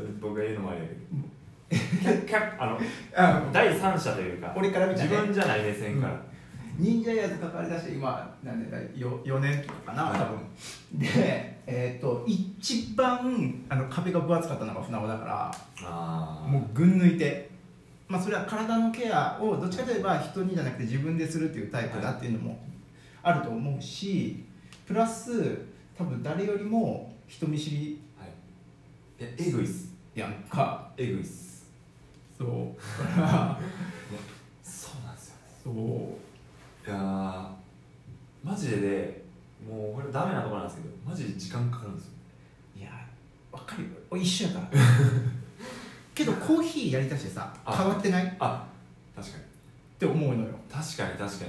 [SPEAKER 4] れ僕が言うのもあれやけどキャッキャッあの
[SPEAKER 3] あ
[SPEAKER 4] 第三者というか
[SPEAKER 3] 俺から見た
[SPEAKER 4] 自
[SPEAKER 3] ね
[SPEAKER 4] 分じゃない目線から、
[SPEAKER 3] 忍者エアーズ関わりだして今何年だよ4年とかかな
[SPEAKER 4] はい
[SPEAKER 3] 多分でえっ、と一番あの壁が分厚かったのが船尾だから
[SPEAKER 4] あ
[SPEAKER 3] もう群抜いてまあそれは体のケアをどっちかといえば人にじゃなくて自分でするっていうタイプだっていうのもあると思うしプラス多分誰よりも人見知り
[SPEAKER 4] あはいいやえぐいっす
[SPEAKER 3] やんか
[SPEAKER 4] えぐいっす
[SPEAKER 3] そうだから
[SPEAKER 4] *laughs* そうなんですよね
[SPEAKER 3] そう
[SPEAKER 4] いやーマジでねもうこれダメなとこなんですけどマジで時間かかるんですよ
[SPEAKER 3] いやわかるよ俺一
[SPEAKER 4] *laughs*
[SPEAKER 3] 緒やからけどコーヒーやりだしてさ
[SPEAKER 4] あ
[SPEAKER 3] 変わってないっ
[SPEAKER 4] あ確かに
[SPEAKER 3] て思うのよ
[SPEAKER 4] 確かに確かに
[SPEAKER 3] そう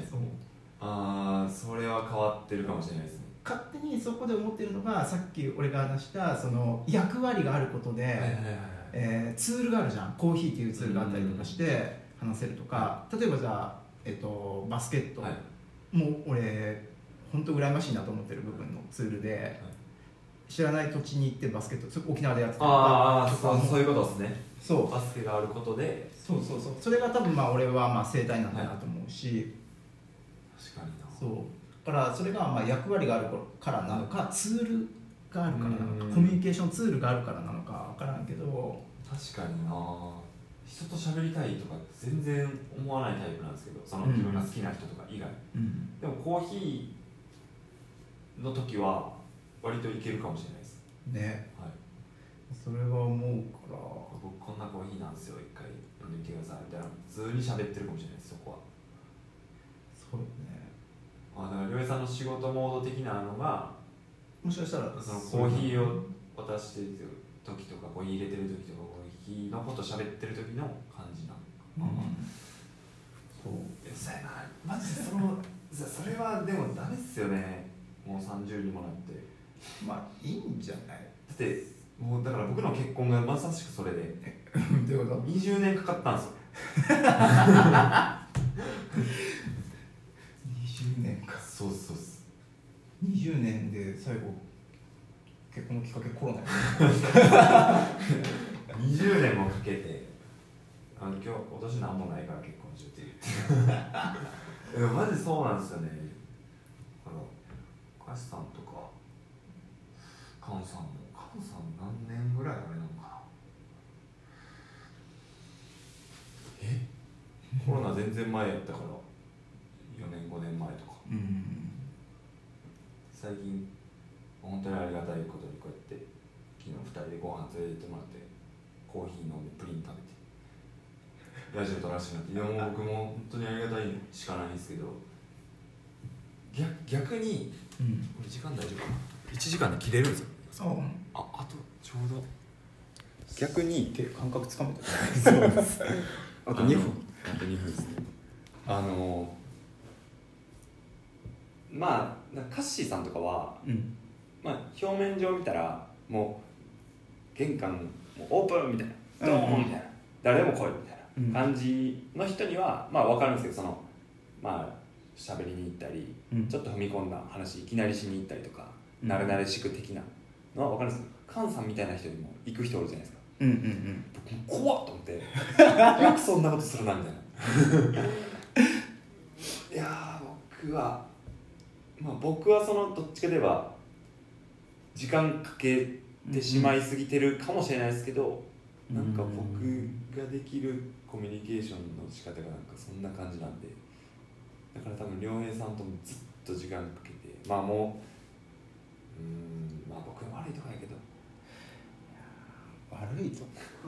[SPEAKER 4] ああそれは変わってるかもしれないですね
[SPEAKER 3] 勝手にそこで思ってるのがさっき俺が話したその役割があることで、
[SPEAKER 4] はいはいはい
[SPEAKER 3] えーツールがあるじゃんコーヒーっていうツールがあったりとかして話せるとか、例えばじゃあ、えっとバスケット、
[SPEAKER 4] はい
[SPEAKER 3] もう俺本当羨ましいなと思ってる部分のツールで、知らない土地に行ってバスケットそれ沖縄でやってたの
[SPEAKER 4] ああ
[SPEAKER 3] とか
[SPEAKER 4] そうそういうことですね
[SPEAKER 3] そう
[SPEAKER 4] バスケがあることで
[SPEAKER 3] そうそうそうそれが多分まあ俺はまあ生態なんだなと思うし、
[SPEAKER 4] 確かにな
[SPEAKER 3] そうだからそれがまあ役割があるからなのかツールがあるからなの
[SPEAKER 4] うん
[SPEAKER 3] かコミュニケーションツールがあるからなのか分からんけど
[SPEAKER 4] 確かにな人と喋りたいとか全然思わないタイプなんですけどその
[SPEAKER 3] うん
[SPEAKER 4] 自分が好きな人とか以外、
[SPEAKER 3] うん
[SPEAKER 4] でもコーヒーの時は割といけるかもしれないです、
[SPEAKER 3] ね
[SPEAKER 4] はい
[SPEAKER 3] それは思うから
[SPEAKER 4] 僕こんなコーヒーなんですよ一回飲んでみてくださいみたいな普通に喋ってるかもしれないですそこは
[SPEAKER 3] そうよね
[SPEAKER 4] あだから亮平さんの仕事モード的なのが
[SPEAKER 3] もしかしたら
[SPEAKER 4] そのコーヒーを渡してる時とかコーヒー入れてる時とかコーヒーのこと喋ってる時の感じなの
[SPEAKER 3] う
[SPEAKER 4] か
[SPEAKER 3] ん
[SPEAKER 4] な、
[SPEAKER 3] そう
[SPEAKER 4] いやそうやなマジでそのそそれはでもダメっすよねもう30にもなってだ
[SPEAKER 3] まあいいんじゃない *laughs*
[SPEAKER 4] ってもうだから僕の結婚がまさしくそれで
[SPEAKER 3] どういうこと
[SPEAKER 4] 20年かかったんですよ
[SPEAKER 3] 20年か
[SPEAKER 4] そうそうそう
[SPEAKER 3] 20年で最後結婚のきっかけコロナ
[SPEAKER 4] 20年もかけてあの今日今年何もないから結婚しようって *laughs* 言っていやマジそうなんですよねだからシさんとかカンさんもカンさん何年ぐらいあれなのかなえコロナ全然前やったから4年5年前とか
[SPEAKER 3] うん
[SPEAKER 4] 最近本当にありがたいことにこうやって昨日2人でご飯連れてってもらってコーヒー飲んでプリン食べてラジオ撮らせてもらっていやもう僕も本当にありがたいしかないんですけど逆逆に
[SPEAKER 3] うん
[SPEAKER 4] これ時間大丈夫かな1時間で切れるんですよ
[SPEAKER 3] そう
[SPEAKER 4] ああとちょうど逆に
[SPEAKER 3] って感覚つかめた
[SPEAKER 1] あと2分
[SPEAKER 4] あと2分ですねあのまあなんかカッシーさんとかは
[SPEAKER 3] うん
[SPEAKER 4] まあ、表面上見たらもう玄関もうオープンみたいなド
[SPEAKER 3] うん
[SPEAKER 4] ー
[SPEAKER 3] う
[SPEAKER 4] ンみ
[SPEAKER 3] ん
[SPEAKER 4] たいな、誰でも来いみたいな
[SPEAKER 3] う
[SPEAKER 4] 感じの人にはまあ分かるんですけどそのまあ喋りに行ったり、
[SPEAKER 3] うん
[SPEAKER 4] ちょっと踏み込んだ話いきなりしに行ったりとか、
[SPEAKER 3] うん
[SPEAKER 4] 慣れ慣れしく的なのは分かるんですけど菅さんみたいな人にも行く人おるじゃないですか
[SPEAKER 3] うんうんうん
[SPEAKER 4] 僕も怖っと
[SPEAKER 3] *laughs*
[SPEAKER 4] 思ってよくそんなことするなみたいないやー僕はまあ僕はそのどっちかでは時間かけってしまいすぎてるかもしれないですけど、
[SPEAKER 5] うん
[SPEAKER 4] なんか僕ができるコミュニケーションの仕方がなんかそんな感じなんでだから多分良平さんともずっと時間かけてまあもううーんまあ僕が悪いとかやけど
[SPEAKER 3] 悪いと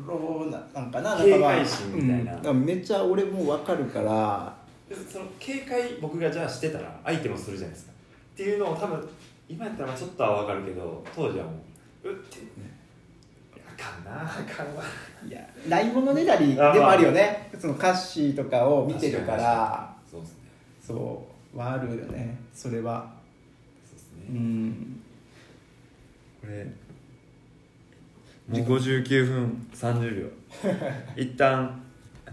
[SPEAKER 3] ころななんかななん
[SPEAKER 4] 警
[SPEAKER 3] かまあ
[SPEAKER 4] 戒心みたいな、
[SPEAKER 3] うんだからめっちゃ俺もわかるから
[SPEAKER 4] でその警戒僕がじゃあしてたら相手もするじゃないですかっていうのを多分今やったらまあちょっとは分かるけど当時はもううって、いやあかんなあかんわ
[SPEAKER 3] いやないものねだりでもあるよねその歌詞とかを見てるから
[SPEAKER 4] そうですね
[SPEAKER 3] そうはあるよねそれは
[SPEAKER 4] そうです
[SPEAKER 3] う
[SPEAKER 4] ね
[SPEAKER 3] ん
[SPEAKER 4] これ59分30秒 *laughs* 一旦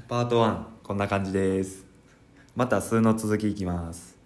[SPEAKER 4] パート1こんな感じですまた数の続きいきます